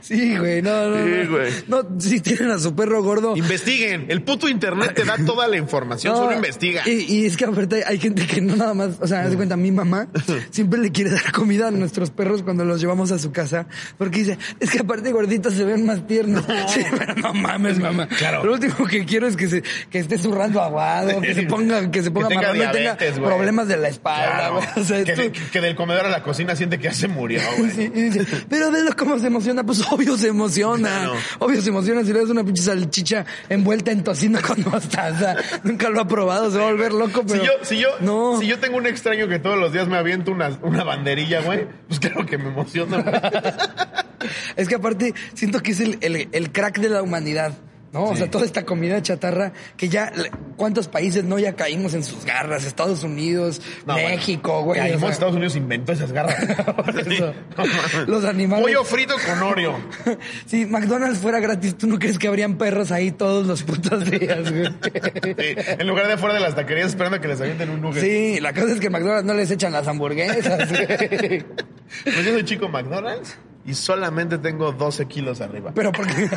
A: Sí, güey, no, no.
B: Sí,
A: no.
B: güey.
A: No, si tienen a su perro gordo.
B: Investiguen. El puto internet te da toda la información.
A: No,
B: solo investiga.
A: Y, y es que aparte hay gente que no nada más, o sea, haz de cuenta, mi mamá siempre le quiere dar comida a nuestros perros cuando los llevamos a su casa, porque dice, es que aparte gorditos se ven más tiernos. Sí, pero no mames, mamá.
B: Claro.
A: Lo último que quiero es que se, que esté zurrando aguado, que se ponga, que se ponga
B: tenga
A: marrón, y
B: diabetes, güey.
A: problemas de la espalda,
B: Claro.
A: güey. O sea,
B: que, de-
A: tú-
B: que del comedor a la cocina siente que ya se murió, güey.
A: Pues Sí, y dice, pero velo cómo se emociona. Pues obvio se emociona.
B: Claro.
A: Obvio se emociona si le das una pinche salchicha envuelta en tocino con mostaza. Nunca lo ha probado, se va a volver loco, pero.
B: Si yo, si yo,
A: No.
B: si yo tengo un extraño que todos los días me aviento una, una banderilla, güey, pues claro que me emociona. güey.
A: Es que aparte, siento que es el, el- el crack de la humanidad. ¿No? O
B: Sí.
A: sea, toda esta comida chatarra que ya, le- ¿cuántos países no ya caímos en sus garras? Estados Unidos,
B: No, bueno.
A: México, güey.
B: Ahí
A: o sea,
B: Estados Unidos inventó esas garras.
A: eso.
B: No mames.
A: Los animales.
B: Pollo frito con Oreo.
A: si McDonald's fuera gratis, ¿tú no crees que habrían perros ahí todos los putos días, güey?
B: Sí, en lugar de afuera de las taquerías esperando que les avienten un nugget.
A: Sí, la cosa es que McDonald's no les echan las hamburguesas. güey.
B: Pues yo soy chico McDonald's y solamente tengo 12 kilos arriba.
A: Pero porque.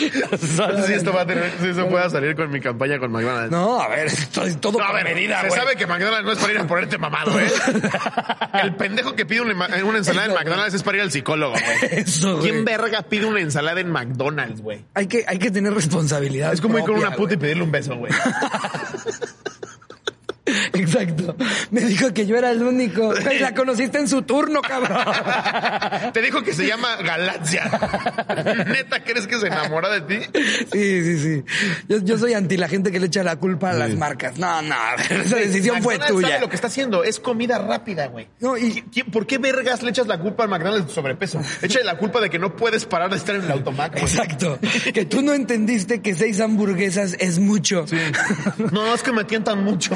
B: No sé si esto va a tener, si eso pueda salir con mi campaña con McDonald's.
A: No, a ver, esto es todo
B: No,
A: con medida,
B: se
A: güey.
B: sabe que McDonald's no es para ir a ponerte mamado, ¿eh? El pendejo que pide una, ema- una ensalada en
A: Eso,
B: McDonald's es para ir al psicólogo, güey.
A: Eso, güey.
B: ¿Quién verga pide una ensalada en McDonald's, güey?
A: Hay que, hay que tener responsabilidad.
B: Es como ir con
A: propia,
B: una puta y pedirle un beso, güey.
A: güey. Exacto. Me dijo que yo era el único. Güey, la conociste en su turno, cabrón.
B: Te dijo que se llama Galaxia. ¿Neta crees que se enamora de ti?
A: Sí, sí, sí. Yo, yo soy anti la gente que le echa la culpa a las marcas. No, no, a ver, esa decisión fue
B: McDonald's
A: tuya.
B: sabe lo que está haciendo. Es comida rápida, güey.
A: No, y-
B: ¿Qui- qui- ¿Por qué vergas le echas la culpa al McDonald's de tu sobrepeso? Échale la culpa de que no puedes parar de estar en el automac, güey.
A: Exacto. pues, Que tú no entendiste que seis hamburguesas es mucho.
B: No, es que me tientan mucho.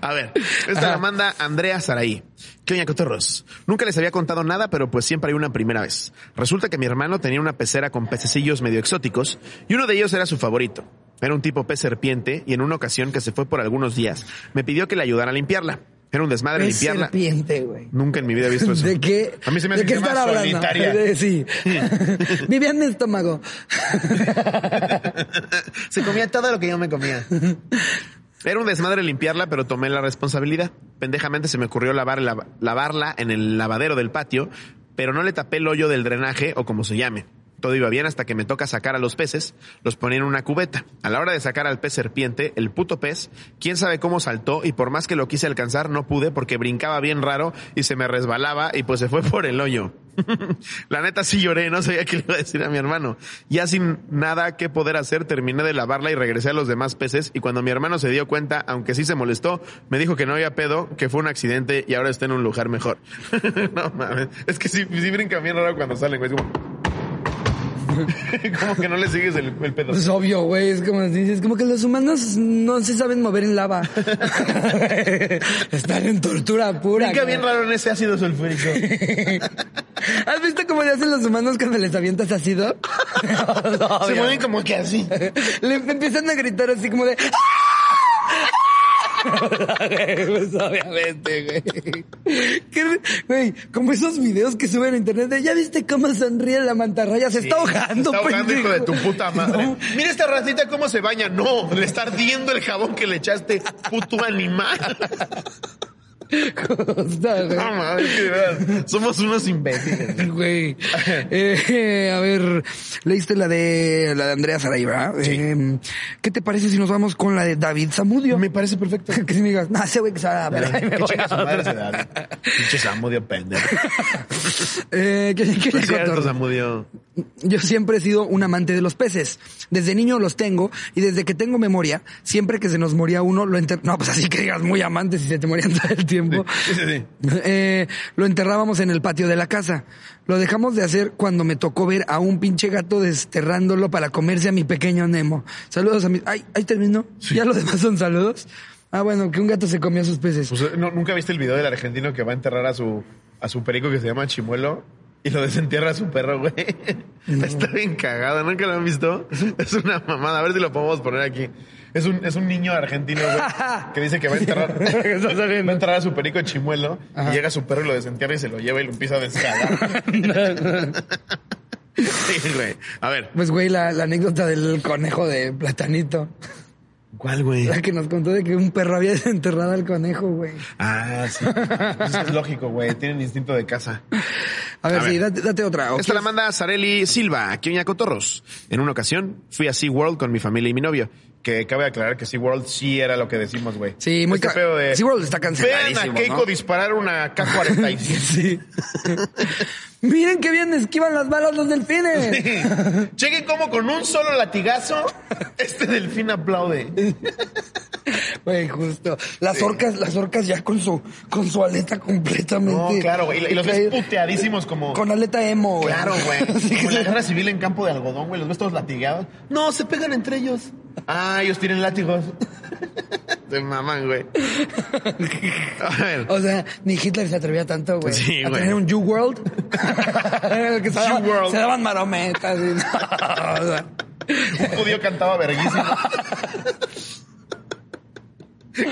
B: A ver, esta la manda Andrea Saraí. ¿Qué oña, cotorros? Nunca les había contado nada, pero pues siempre hay una primera vez. Resulta que mi hermano tenía una pecera con pececillos medio exóticos y uno de ellos era su favorito. Era un tipo pez serpiente y en una ocasión que se fue por algunos días, me pidió que le ayudara a limpiarla. Era un desmadre
A: Es
B: limpiarla.
A: serpiente, güey.
B: Nunca en mi vida he visto eso.
A: ¿De qué?
B: A mí se me hace
A: ¿De qué
B: que se
A: estar
B: llama
A: hablando?
B: solitaria.
A: De- sí. Vivía en mi estómago.
B: Se comía todo lo que yo me comía. Era un desmadre limpiarla, pero tomé la responsabilidad. Pendejamente se me ocurrió lavar la- lavarla en el lavadero del patio, pero no le tapé el hoyo del drenaje o como se llame. Todo iba bien hasta que me toca sacar a los peces, los ponía en una cubeta. A la hora de sacar al pez serpiente, el puto pez, quién sabe cómo saltó y por más que lo quise alcanzar no pude porque brincaba bien raro y se me resbalaba y pues se fue por el hoyo. la neta sí lloré, no sabía qué le iba a decir a mi hermano. Ya sin nada que poder hacer, terminé de lavarla y regresé a los demás peces y cuando mi hermano se dio cuenta, aunque sí se molestó, me dijo que no había pedo, que fue un accidente y ahora está en un lugar mejor. no mames, es que sí, sí brincan bien raro cuando salen, güey, es como... como que no le sigues el, el pedo.
A: Pues obvio, güey. Es como, es como que los humanos no se saben mover en lava. Están en tortura pura.
B: Brinca
A: güey.
B: bien raro en ese ácido sulfúrico.
A: ¿Has visto cómo le hacen los humanos cuando les avientas ácido?
B: se mueven como que así.
A: Le empiezan a gritar así como de. "Ah, pues obviamente, güey. Qué- Güey, como esos videos que suben a internet de ya viste cómo sonríe la mantarraya, se está ahogando,
B: Se está ahogando,
A: pendejo".
B: hijo de tu puta madre.
A: No,
B: Mira esta ratita cómo se baña. No, le está ardiendo el jabón que le echaste, puto animal.
A: está, güey.
B: No, madre, es que de verdad, Somos unos imbéciles.
A: Güey. Eh, a ver, leíste la de la de Andrea Saray, ¿verdad? Eh, ¿Qué te parece si nos vamos con la de David Zamudio?
B: Me parece perfecto.
A: Que si me digas, no, ese güey que se va a la verga", y me
B: Que
A: voy
B: chinga
A: a
B: su madre ese David. Pinche Samudio pendejo. Pues
A: Eh, ¿qué- qué-
B: No es cierto,
A: cotorro?
B: Samudio.
A: Yo siempre he sido un amante de los peces. Desde niño los tengo y desde que tengo memoria, siempre que se nos moría uno, lo enter... No, pues así que digas muy amante si se te morían todo el tiempo.
B: Sí, sí, sí.
A: Eh, lo enterrábamos en el patio de la casa. Lo dejamos de hacer cuando me tocó ver a un pinche gato desterrándolo para comerse a mi pequeño Nemo. Saludos a mi... Ay, ahí terminó. Ya lo demás son saludos. Ah, bueno, que un gato se comió a sus peces.
B: Pues, ¿no- ¿Nunca viste el video del argentino que va a enterrar a su, a su perico que se llama Chimuelo? Y lo desentierra a su perro, güey. Está bien cagado. ¿Nunca lo han visto? Es una mamada. A ver si lo podemos poner aquí. Es un, es un niño argentino, güey, que dice que va a enterrar,
C: Está
B: va a
C: saliendo.
B: enterrar a su perico chimuelo y llega su perro y lo desentierra y se lo lleva y lo empieza a descagar. sí, güey. A ver.
A: Pues, güey, la, la anécdota del conejo de Platanito.
B: ¿Cuál, güey?
A: La que nos contó de que un perro había desenterrado al conejo, güey.
B: Ah, sí. Pues es lógico, güey. Tienen instinto de casa.
A: A ver,
B: A
A: sí,
B: ver.
A: Date, date otra. ¿o
B: Esta la
A: quieres?
B: manda Sareli Silva, aquí en Cotorros. En una ocasión fui a SeaWorld con mi familia y mi novio. Que cabe aclarar que SeaWorld sí era lo que decimos, güey.
A: Sí, muy
B: Este
A: ca-
B: pedo de-
A: SeaWorld está
B: Vean
A: canceladísimo,
B: a Keiko
A: ¿no?
B: disparar una K-47.
A: Sí. Miren qué bien esquivan las balas los delfines.
B: Chequen cómo con un solo latigazo este delfín aplaude.
A: Güey, justo. Las orcas, las orcas ya con su, con su aleta completamente.
B: No, claro, güey. Y los ves
A: caída-
B: puteadísimos como...
A: Con aleta emo, güey.
B: Claro, güey.
A: Sí,
B: Como la
A: sí.
B: guerra civil en campo de algodón, güey. Los ves todos latigados. No, se pegan entre ellos. Ah, ellos tienen látigos. Se maman, güey. A ver.
A: O sea, ni Hitler se atrevía tanto, güey.
B: Sí,
A: a
B: güey.
A: tener un U-World. Era el que se, daba-
B: U-World.
A: se daban marometas. Y, no, o sea,
B: Un judío cantaba verguísimo.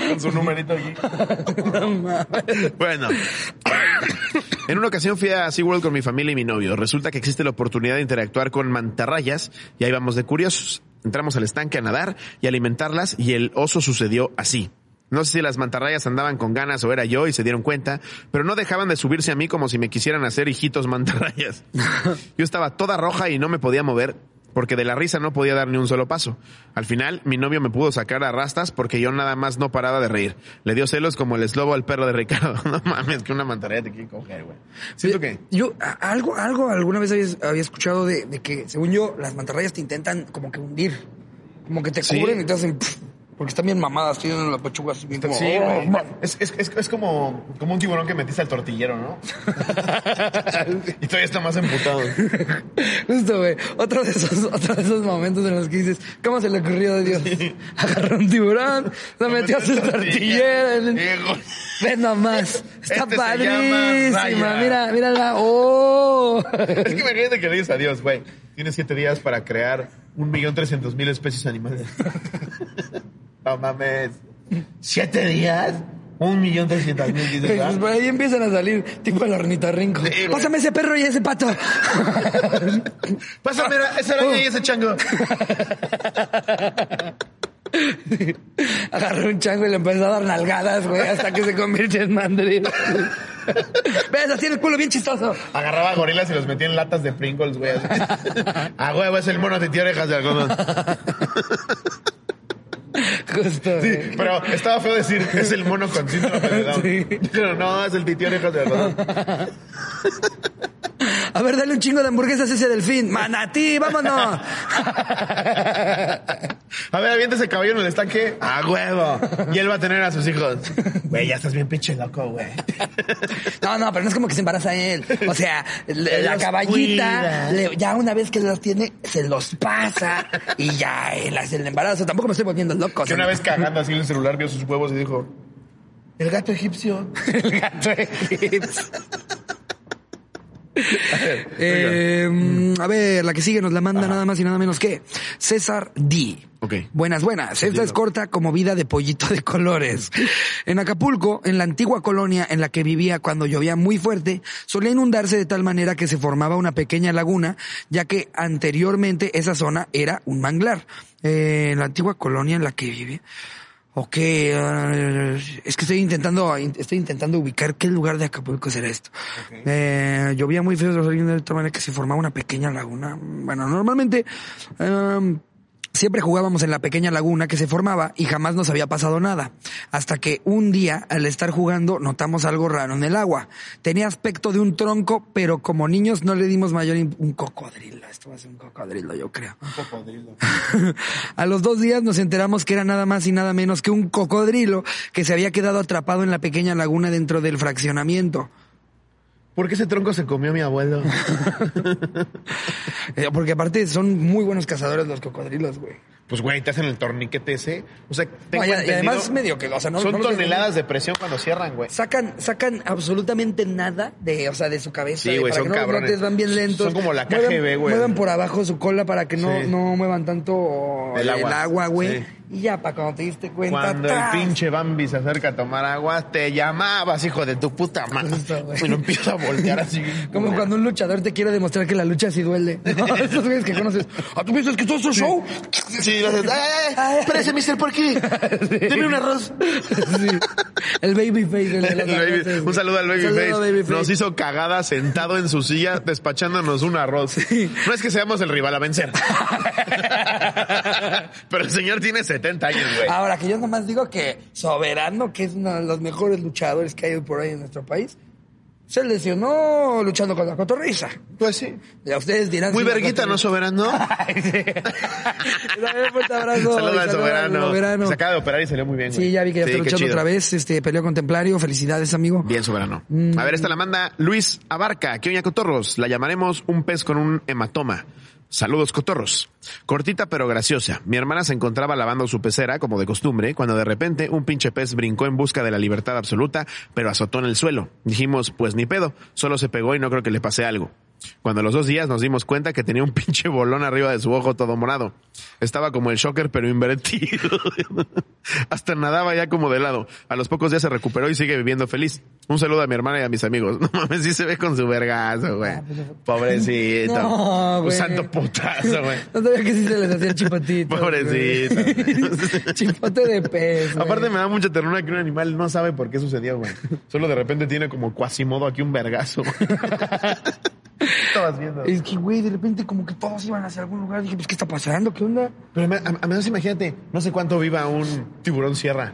B: Con su numerito aquí.
A: no mames.
B: Bueno. En una ocasión fui a SeaWorld con mi familia y mi novio. Resulta que existe la oportunidad de interactuar con mantarrayas y ahí vamos de curiosos. Entramos al estanque a nadar y alimentarlas y el oso sucedió así. No sé si las mantarrayas andaban con ganas o era yo y se dieron cuenta, pero no dejaban de subirse a mí como si me quisieran hacer hijitos mantarrayas. Yo estaba toda roja y no me podía mover porque de la risa no podía dar ni un solo paso. Al final, mi novio me pudo sacar a rastas porque yo nada más no paraba de reír. Le dio celos como el eslobo al perro de Ricardo. No mames, que una mantarraya te quiere coger, güey. Siento que...
A: Yo, a- algo, algo, alguna vez habías- había, escuchado de, de que, según yo, las mantarrayas te intentan como que hundir. Como que te
B: Sí.
A: cubren y te hacen. pf, porque están bien mamadas, tienen la pechuga así bien como.
B: Sí,
A: oh,
B: güey.
A: man.
B: Es, es- es- es como, como un tiburón que metiste al tortillero, ¿no? y todavía está más emputado.
A: Justo, güey. Otro de esos, otro de esos momentos en los que dices, ¿cómo se le ocurrió a Dios? Agarró un tiburón, lo metió a su tortillera. el-
B: Hijo.
A: Ven nomás. Está
B: Este se llama
A: padrísima.
B: Raya.
A: Mira, mírala. ¡Oh!
B: Es que imagínate que le dices adiós, güey. Tienes siete días para crear un millón trescientos mil especies animales. No mames. ¿Siete días? Un millón trescientos mil. dices,
A: Pues
B: ¿verdad?
A: por ahí empiezan a salir, tipo el ornitorrinco.
B: Sí, güey.
A: Pásame ese perro y ese pato.
B: Pásame a- esa araña y ese chango.
A: Agarró un chango y le empezó a dar nalgadas, güey, hasta que se convirtió en mandril. ¿Ves? Así el culo bien chistoso.
B: Agarraba gorilas y los metía en latas de Pringles, güey. así. Ah, huevo, es el mono de tío orejas de algodón.
A: Justo.
B: Sí,
A: güey.
B: pero estaba feo decir, es el mono con síndrome de Down.
A: Sí.
B: Pero no, es el titio orejas de algodón.
A: A ver, dale un chingo de hamburguesas a ese delfín. Manatí, vámonos.
B: A ver, avienta ese caballo en el estanque. ¡A huevo! Y él va a tener a sus hijos. Güey, ya estás bien pinche loco, güey.
A: No, no, pero no es como que se embaraza él. O sea, le-
B: Él
A: la
B: los
A: caballita,
B: cuida.
A: le- ya una vez que los tiene, se los pasa y ya él hace el embarazo. Tampoco me estoy volviendo loco.
B: Que una
A: señor.
B: vez cagando así en el celular vio sus huevos y dijo... El gato egipcio.
A: El gato de Gibbs. Eh, mm, a ver, la que sigue nos la manda nada más y nada menos que César D.
B: Ok.
A: Buenas, buenas. Esta es corta como vida de pollito de colores. En Acapulco, en la antigua colonia en la que vivía cuando llovía muy fuerte, solía inundarse de tal manera que se formaba una pequeña laguna, ya que anteriormente esa zona era un manglar. Eh, en la antigua colonia en la que vivía. Ok, eh, es que estoy intentando, estoy intentando ubicar qué lugar de Acapulco será esto. Eh, llovía muy feo, de esta manera que se formaba una pequeña laguna. Bueno, normalmente em, siempre jugábamos en la pequeña laguna que se formaba y jamás nos había pasado nada. Hasta que un día, al estar jugando, notamos algo raro en el agua. Tenía aspecto de un tronco, pero como niños no le dimos mayor... im- Un cocodrilo, esto va a ser un cocodrilo, yo creo. A los dos días nos enteramos que era nada más y nada menos que un cocodrilo que se había quedado atrapado en la pequeña laguna dentro del fraccionamiento.
B: ¿Por qué ese tronco se comió mi abuelo?
A: Eh, Porque aparte son muy buenos cazadores los cocodrilos, güey.
B: Pues, güey, te hacen el torniquete ese. O sea,
A: No,
B: tengo
A: y- y
B: entendido-
A: además medio que, o sea, no-
B: Son
A: no lo-
B: toneladas de presión cuando cierran, güey.
A: Sacan, sacan absolutamente nada de, o sea, de su cabeza.
B: Sí,
A: de-
B: güey,
A: para
B: son
A: que no los
B: cabrones.
A: notes, van bien lentos.
B: Son como la
A: Muevan-
B: KGB, güey.
A: Muevan por abajo su cola para que no,
B: Sí.
A: no muevan tanto
B: El
A: el agua,
B: agua,
A: güey.
B: sí.
A: Y ya, para cuando te diste cuenta.
B: Cuando el
A: ¡tas!
B: pinche Bambi se acerca a tomar agua, te llamabas, hijo de tu puta madre.
A: Justo, güey.
B: Y lo empieza a voltear así. bien
A: Como
B: culero.
A: cuando un luchador te quiere demostrar que la lucha sí duele. ¿no? Esos güeyes que conoces. ¿A tú piensas que todo es un show?
B: Sí, lo haces, ¡Ay, ay, ay! Espérese, mister, ¿por qué? Deme un arroz.
A: Sí. El babyface. el de
B: El
A: los
B: baby-
A: arroces,
B: un
A: güey.
B: saludo al
A: Un saludo al
B: Babyface.
A: babyface.
B: Nos hizo cagada sentado en su silla despachándonos un arroz. No es que seamos el rival a vencer. Pero el señor tiene 70 años, güey.
A: Ahora, que yo nomás digo que Soberano, que es uno de los mejores luchadores que hay por ahí en nuestro país, se lesionó luchando con la cotorriza.
B: Pues sí.
A: Ya ustedes dirán...
B: Muy
A: si la
B: verguita, ¿no,
A: Cotorrisa-
B: soberano?
A: Ay, sí. Un fuerte abrazo.
B: Saludos al
A: Saludos
B: soberano. Se acaba de operar y salió muy bien, güey.
A: Sí, ya vi que ya está
B: qué
A: luchando
B: chido.
A: otra vez. Este, peleó con Templario. Felicidades, amigo.
B: Bien, soberano. A ver, esta la manda Luis Abarca, que oña cotorros. La llamaremos un pez con un hematoma. Saludos, cotorros. Cortita pero graciosa. Mi hermana se encontraba lavando su pecera, como de costumbre, cuando de repente un pinche pez brincó en busca de la libertad absoluta, pero azotó en el suelo. Dijimos, pues ni pedo, solo se pegó y no creo que le pase algo. Cuando a los dos días nos dimos cuenta que tenía un pinche bolón arriba de su ojo todo morado. Estaba como el shocker pero invertido. Hasta nadaba ya como de lado. A los pocos días se recuperó y sigue viviendo feliz. Un saludo a mi hermana y a mis amigos. No mames, sí se ve con su vergazo, güey. Pobrecito.
A: Ah, pues, No,
B: un
A: güey.
B: santo putazo, güey.
A: No sabía que sí se les hacía el chipotito.
B: Pobrecito,
A: güey. Chipote de pez. güey.
B: Aparte me da mucha ternura que un animal no sabe por qué sucedió, güey. Solo de repente tiene como cuasimodo aquí un vergazo. güey. Estabas viendo.
A: Es que, güey, de repente como que todos iban hacia algún lugar. Dije, pues, ¿qué está pasando? ¿Qué onda?
B: Pero me- a- a menos imagínate, no sé cuánto viva un tiburón sierra.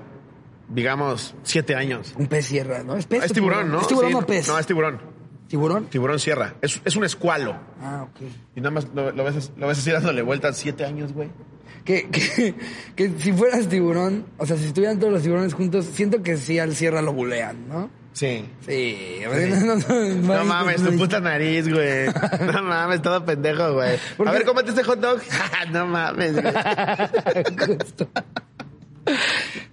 B: Digamos, siete años.
A: Un pez sierra, ¿no? Es pez.
B: Ah, es tiburón, ¿no?
A: ¿Es tiburón
B: Sí,
A: o pez?
B: No, es tiburón.
A: ¿Tiburón?
B: Tiburón sierra. Es, es un escualo.
A: Ah, ok.
B: Y nada más lo, lo ves, lo ves así dándole vueltas siete años, güey.
A: Que, que, que si fueras tiburón, o sea, si estuvieran todos los tiburones juntos, siento que sí al sierra lo bulean, ¿no?
B: Sí.
A: Sí.
B: No
A: pues,
B: mames, tu puta nariz, güey. No mames, todo pendejo, güey.
A: ¿Por
B: A
A: qué?
B: ver, cómete este hot dog. no mames, güey.
A: Justo.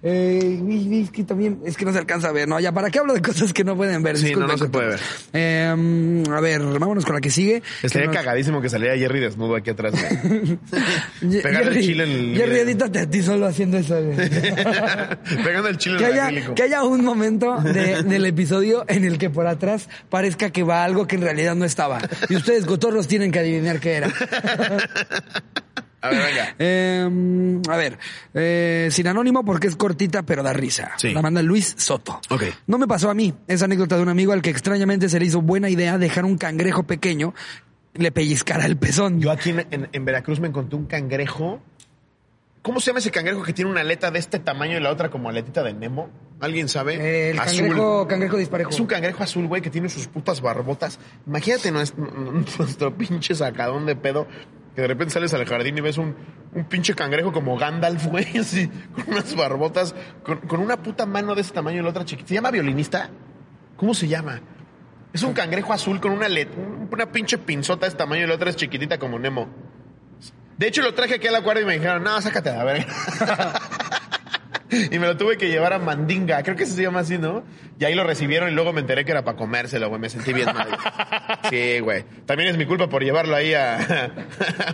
A: Eh, güey, güey, es que también es que no se alcanza a ver, ¿no? Ya, ¿para qué hablo de cosas que no pueden ver?
B: Sí,
A: Disculpen,
B: no, no se puede ver.
A: Eh, a ver, vámonos con la que sigue.
B: Estaría
A: Que nos-
B: cagadísimo que saliera Jerry desnudo aquí atrás, güey.
A: Ye-
B: Pegarle
A: Jerry-
B: chile en el-
A: Jerry, edítate a ti solo haciendo eso. güey.
B: Pegando el chile
A: Que
B: en el
A: haya,
B: acrílico.
A: que haya un momento de- del episodio en el que por atrás parezca que va algo que en realidad no estaba. Y ustedes, cotorros, tienen que adivinar qué era.
B: A ver, venga.
A: Eh, a ver, eh, sin anónimo porque es cortita pero da risa.
B: Sí.
A: La manda Luis Soto.
B: Ok.
A: No me pasó a mí. Es anécdota de un amigo al que extrañamente se le hizo buena idea dejar un cangrejo pequeño le pellizcara el pezón.
B: Yo aquí en, en- en Veracruz me encontré un cangrejo. ¿Cómo se llama ese cangrejo que tiene una aleta de este tamaño y la otra como aletita de Nemo? ¿Alguien sabe?
A: Eh, el
B: eh, Azul.
A: cangrejo, cangrejo disparejo.
B: Es un cangrejo azul, güey, que tiene sus putas barbotas. Imagínate nuestro, nuestro pinche sacadón de pedo. Que de repente sales al jardín y ves un, un pinche cangrejo como Gandalf, güey, así, con unas barbotas, con, con una puta mano de ese tamaño y la otra chiquita. ¿Se llama violinista? ¿Cómo se llama? Es un cangrejo azul con una, let- una pinche pinzota de este tamaño y la otra es chiquitita como Nemo. De hecho, lo traje aquí al acuario y me dijeron, no, sácate a la verga. Y me lo tuve que llevar a Mandinga, creo que eso se llama así, ¿no? Y ahí lo recibieron y luego me enteré que era para comérselo, güey. Me sentí bien mal. Sí, güey. También es mi culpa por llevarlo ahí a, a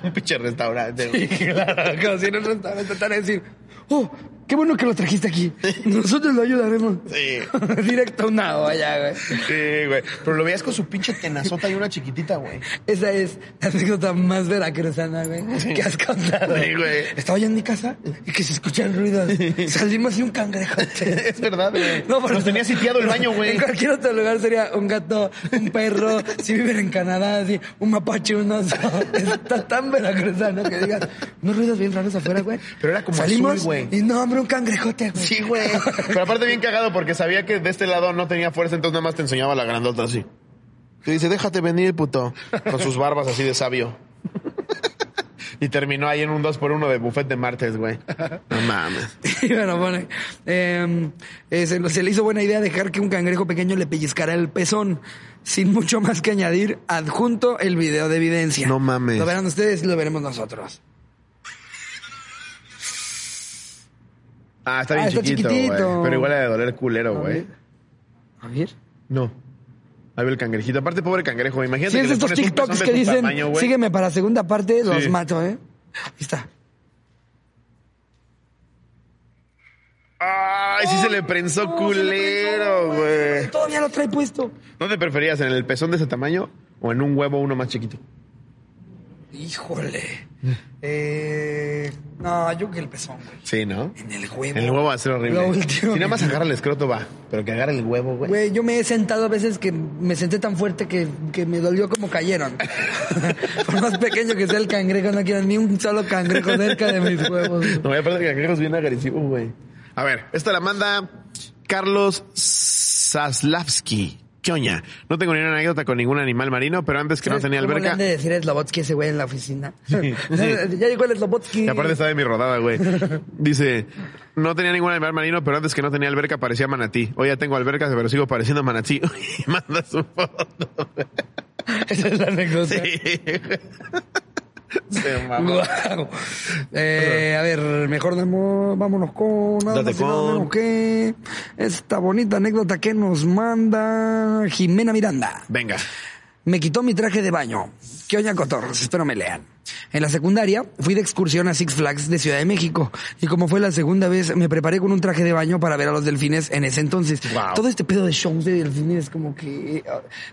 B: un pinche restaurante. güey.
A: claro, como si en un restaurante te van a decir, oh, qué bueno que lo trajiste aquí. Nosotros lo ayudaremos.
B: Sí.
A: Directo a una olla, güey.
B: Sí, güey. Pero lo veías con su pinche tenazota y una chiquitita, güey.
A: Esa es la anécdota más veracruzana, güey, que has contado.
B: Sí, güey.
A: Estaba yo en mi casa y que se escuchan ruidos. Salimos y un cangrejo.
B: Es verdad, güey.
A: por
B: Nos
A: eso-
B: tenía sitiado el baño, güey.
A: En cualquier otro lugar sería un gato, un perro, si viven en Canadá, así, un mapache, un oso. Está tan veracruzano que digas, unos ruidos bien raros afuera, güey.
B: Pero era como
A: Salimos
B: azul, güey.
A: Y no, hombre, un cangrejote, güey.
B: Sí, güey. Pero aparte bien cagado porque sabía que de este lado no tenía fuerza, entonces nada más te enseñaba la grandota así. Te dice, déjate venir, puto. Con sus barbas así de sabio. Y terminó ahí en un 2x1 de buffet de martes, güey. No mames.
A: Y bueno, pone, eh, eh, se, lo- se le hizo buena idea dejar que un cangrejo pequeño le pellizcara el pezón. Sin mucho más que añadir, adjunto el video de evidencia.
B: No mames.
A: Lo verán ustedes y lo veremos nosotros.
B: Ah, está bien
A: Ah, está
B: chiquito, güey.
A: chiquitito.
B: Pero igual era de doler culero, güey.
A: A ver.
B: No. Ahí ve el cangrejito. Aparte, pobre cangrejo. Imagínate
A: Si
B: que
A: es
B: le
A: estos
B: pones un
A: TikToks
B: pezón de
A: que
B: tu
A: dicen,
B: tamaño, güey.
A: ¿eh?". sígueme para segunda parte, los
B: Sí.
A: mato, ¿eh? Ahí está.
B: Ay, sí se le prensó
A: No, se le
B: culero,
A: prensó,
B: güey.
A: Todavía lo trae puesto.
B: ¿No te preferías en el pezón de ese tamaño o en un huevo uno más chiquito?
A: Híjole. Eh, no, yo que el pezón, güey.
B: Sí, ¿no?
A: En el huevo.
B: En el huevo va a ser horrible.
A: Lo
B: si
A: último
B: nada
A: que-
B: más agarra el escroto va, pero que agarre el huevo, güey.
A: Güey, yo me he sentado a veces que me senté tan fuerte que, que me dolió como cayeron. Por más pequeño que sea el cangrejo, no quiero ni un solo cangrejo cerca de mis huevos. güey.
B: No, me parece que cangrejo es bien agresivo, güey. A ver, esta la manda Carlos Saslavsky. ¿Qué oña? No tengo ninguna anécdota con ningún animal marino, pero antes que no
A: ¿Sabes
B: tenía
A: cómo le
B: alberca.
A: han de decir a Slobotsky ese güey en la oficina?
B: Sí, sí.
A: ya llegó el Slobotsky.
B: Y aparte está de mi rodada, güey. Dice, no tenía ningún animal marino, pero antes que no tenía alberca parecía manatí. Hoy ya tengo albercas, pero sigo pareciendo manatí. Y manda su foto.
A: Esa es la anécdota.
B: Sí. Se mamó.
A: Guau. Eh, a ver, mejor damos- vámonos con nada
B: Date
A: más y nada
B: con.
A: menos que esta bonita anécdota que nos manda Jimena Miranda.
B: Venga.
A: Me quitó mi traje de baño. Que oña cotorros, espero me lean. En la secundaria fui de excursión a Six Flags de Ciudad de México y como fue la segunda vez me preparé con un traje de baño para ver a los delfines en ese entonces.
B: Wow.
A: Todo este pedo de shows de delfines como que... eh,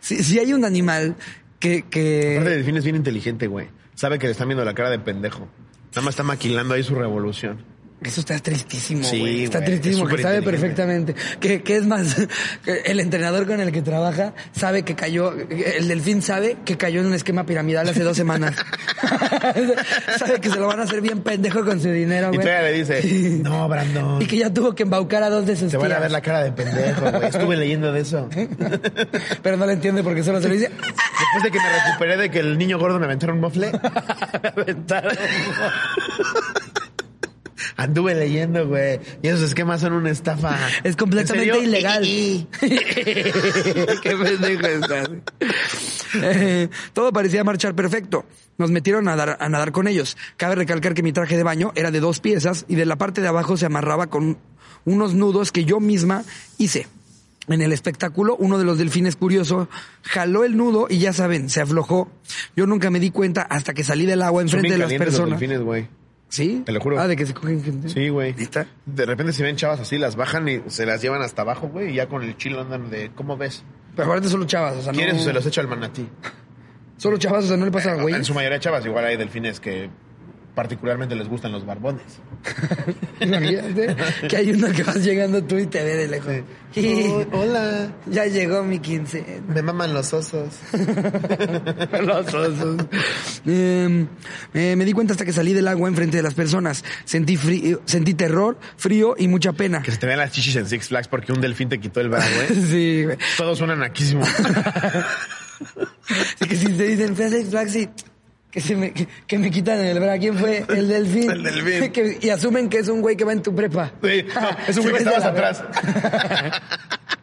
A: Si, si hay un animal que... que...
B: Aparte, el delfín es bien inteligente, güey. Sabe que le están viendo la cara de pendejo. Nada más está maquilando ahí su revolución.
A: Eso está tristísimo,
B: Sí,
A: güey. está
B: güey,
A: tristísimo,
B: es
A: que sabe
B: superinteligente.
A: perfectamente. Que, que es más, que el entrenador con el que trabaja sabe que cayó, el delfín sabe que cayó en un esquema piramidal hace dos semanas. sabe que se lo van a hacer bien pendejo con su dinero,
B: Y
A: güey.
B: todavía le dice, no, Brandon.
A: Ah, Y que ya tuvo que embaucar a dos de sus
B: Te van a
A: tías.
B: ver la cara de pendejo, güey. Estuve leyendo de eso.
A: ¿Eh? Pero no la entiende porque solo se lo dice.
B: Después de que me recuperé de que el niño gordo me aventaron un mofle. Anduve leyendo, güey. Y esos esquemas son una estafa.
A: Es completamente
B: ¿En serio?
A: ilegal.
B: Qué pendejo estás.
A: Eh, todo parecía marchar perfecto. Nos metieron a, dar- a nadar con ellos. Cabe recalcar que mi traje de baño era de dos piezas y de la parte de abajo se amarraba con unos nudos que yo misma hice. En el espectáculo, uno de los delfines curioso jaló el nudo y ya saben, se aflojó. Yo nunca me di cuenta hasta que salí del agua
B: Son
A: enfrente
B: bien
A: de las
B: calientes los
A: personas.
B: delfines, güey.
A: ¿Sí?
B: Te lo juro.
A: Ah, de que se cogen gente.
B: Sí, güey.
A: ¿Neta?
B: De repente se ven chavas así, las bajan y se las llevan hasta abajo, güey. Y ya con el chilo andan de, ¿cómo ves?
A: Pero aparte solo chavas, o sea,
B: ¿Quieres
A: no.
B: o Ah, se los echo al manatí?
A: Solo chavas, o sea, no le pasa a güey.
B: En su mayoría chavas, igual hay delfines que particularmente les gustan los barbones.
A: Imagínate que hay uno que vas llegando tú y te ve de lejos.
B: Uy, Eh, hola,
A: Ya llegó mi 15.
B: me maman los osos.
A: Eh, eh, me di cuenta hasta que salí del agua enfrente de las personas. Sentí frío, sentí terror, frío y mucha pena.
B: Que se te vean las chichis en Six Flags porque un delfín te quitó el brazo, güey.
A: Sí, güey.
B: Todos suenan naquísimo.
A: Así que si te dicen, fui a Six Flags y que, se me, que, que me quitan el bra. ¿Quién fue? El delfín.
B: El delfín.
A: Que- y asumen que es un güey que va en tu prepa.
B: Sí, no, es un güey que
A: Sí, de
B: estabas
A: la
B: atrás.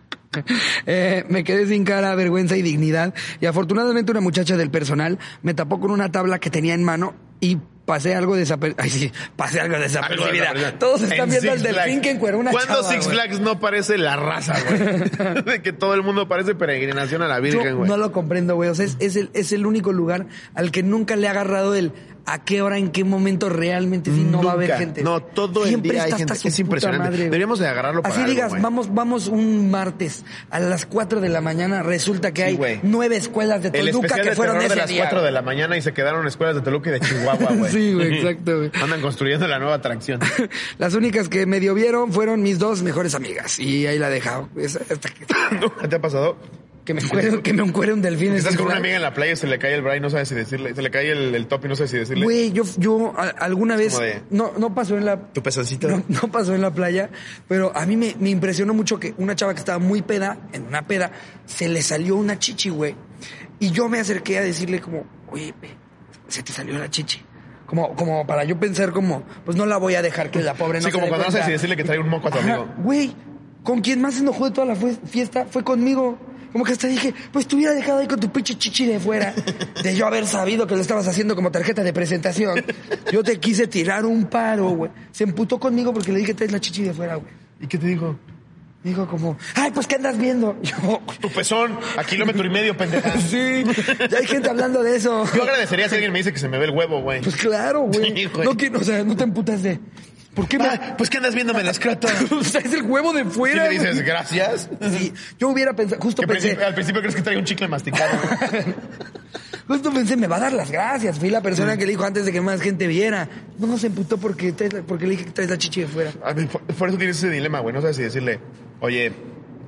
A: Eh, me quedé sin cara, vergüenza y dignidad. Y afortunadamente una muchacha del personal me tapó con una tabla que tenía en mano y pasé algo desapercibido. Ay, sí, pasé algo
B: Algo de
A: desapercibida.
B: desaparecer.
A: Todos están
B: En
A: viendo al
B: Six
A: delfín
B: Flags.
A: que encueró una
B: ¿Cuándo
A: chava,
B: Six
A: güey?
B: Flags no parece la raza, güey? De que todo el mundo parece peregrinación a la
A: Yo
B: Virgen, güey.
A: no lo comprendo, güey. O sea, es, es el, es el único lugar al que nunca le ha agarrado el a qué hora, en qué momento realmente sí no va a haber
B: Nunca.
A: gente.
B: No, todo el día hay
A: está
B: gente.
A: hasta su
B: Es
A: puta
B: impresionante.
A: güey.
B: Deberíamos de agarrarlo para
A: Así
B: algo,
A: digas,
B: güey.
A: vamos vamos un martes a las 4 de la mañana, resulta que
B: Sí,
A: hay
B: güey.
A: nueve escuelas de
B: El
A: Toluca
B: especial
A: que
B: de
A: fueron
B: terror
A: ese
B: de las
A: día.
B: 4 de la mañana y se quedaron escuelas de Toluca y de Chihuahua, güey.
A: Sí, güey, exacto, güey.
B: Andan construyendo la nueva atracción.
A: Las únicas que medio vieron fueron mis dos mejores amigas. Y ahí la he dejado. Es- hasta que,
B: ¿Te ha pasado?
A: que me encuere, que me encuere un delfín.
B: Estás
A: Es
B: con una
A: igual.
B: amiga en la playa y se le cae el bra y no sabes si decirle. Se le cae el, el top y no sabes si decirle.
A: Güey, yo, yo a- alguna vez.
B: como de-
A: No, no pasó en la.
B: Tu pezoncito.
A: No, no pasó en la playa, pero a mí me, me impresionó mucho que una chava que estaba muy peda, en una peda, se le salió una chichi, güey. Y yo me acerqué a decirle como, oye, ve, se te salió la chichi. Como, como para yo pensar como, pues no la voy a dejar que la pobre no
B: sí,
A: se
B: como
A: dé
B: cuando no sabes
A: cuenta".
B: si decirle que trae un moco a tu
A: Ajá,
B: amigo.
A: Güey, con quien más se enojó de toda la fue- fiesta fue conmigo. Como que hasta dije, pues te hubiera dejado ahí con tu pinche chichi de fuera. De yo haber sabido que lo estabas haciendo como tarjeta de presentación. Yo te quise tirar un paro, güey. Se emputó conmigo porque le dije, traes la chichi de fuera, güey.
B: ¿Y qué te dijo?
A: Dijo como, ay, pues ¿qué andas viendo? Yo,
B: Tu pezón a kilómetro y medio, pendeja.
A: sí, ya hay gente hablando de eso.
B: Yo agradecería si alguien me dice que se me ve el huevo, güey.
A: Pues claro, güey.
B: Sí, güey.
A: no, que- o sea, no te emputas de. ¿Por qué
B: Ah, pues que andas viéndome las crotas.
A: me.? o sea, es el huevo de
B: Y
A: fuera.
B: le dices,
A: güey.
B: gracias.
A: Sí, yo hubiera pensado, justo
B: Que
A: pensé,
B: principio- al principio crees que trae un chicle masticado.
A: justo Pues pensé, me va a dar las gracias. Fui la
B: Mm.
A: persona que le dijo antes de que más gente viera. No, se emputó porque, traes la- porque le dije que traes la chichi de fuera.
B: A mí, por, por eso tienes ese dilema, güey. No sabes si decirle, oye,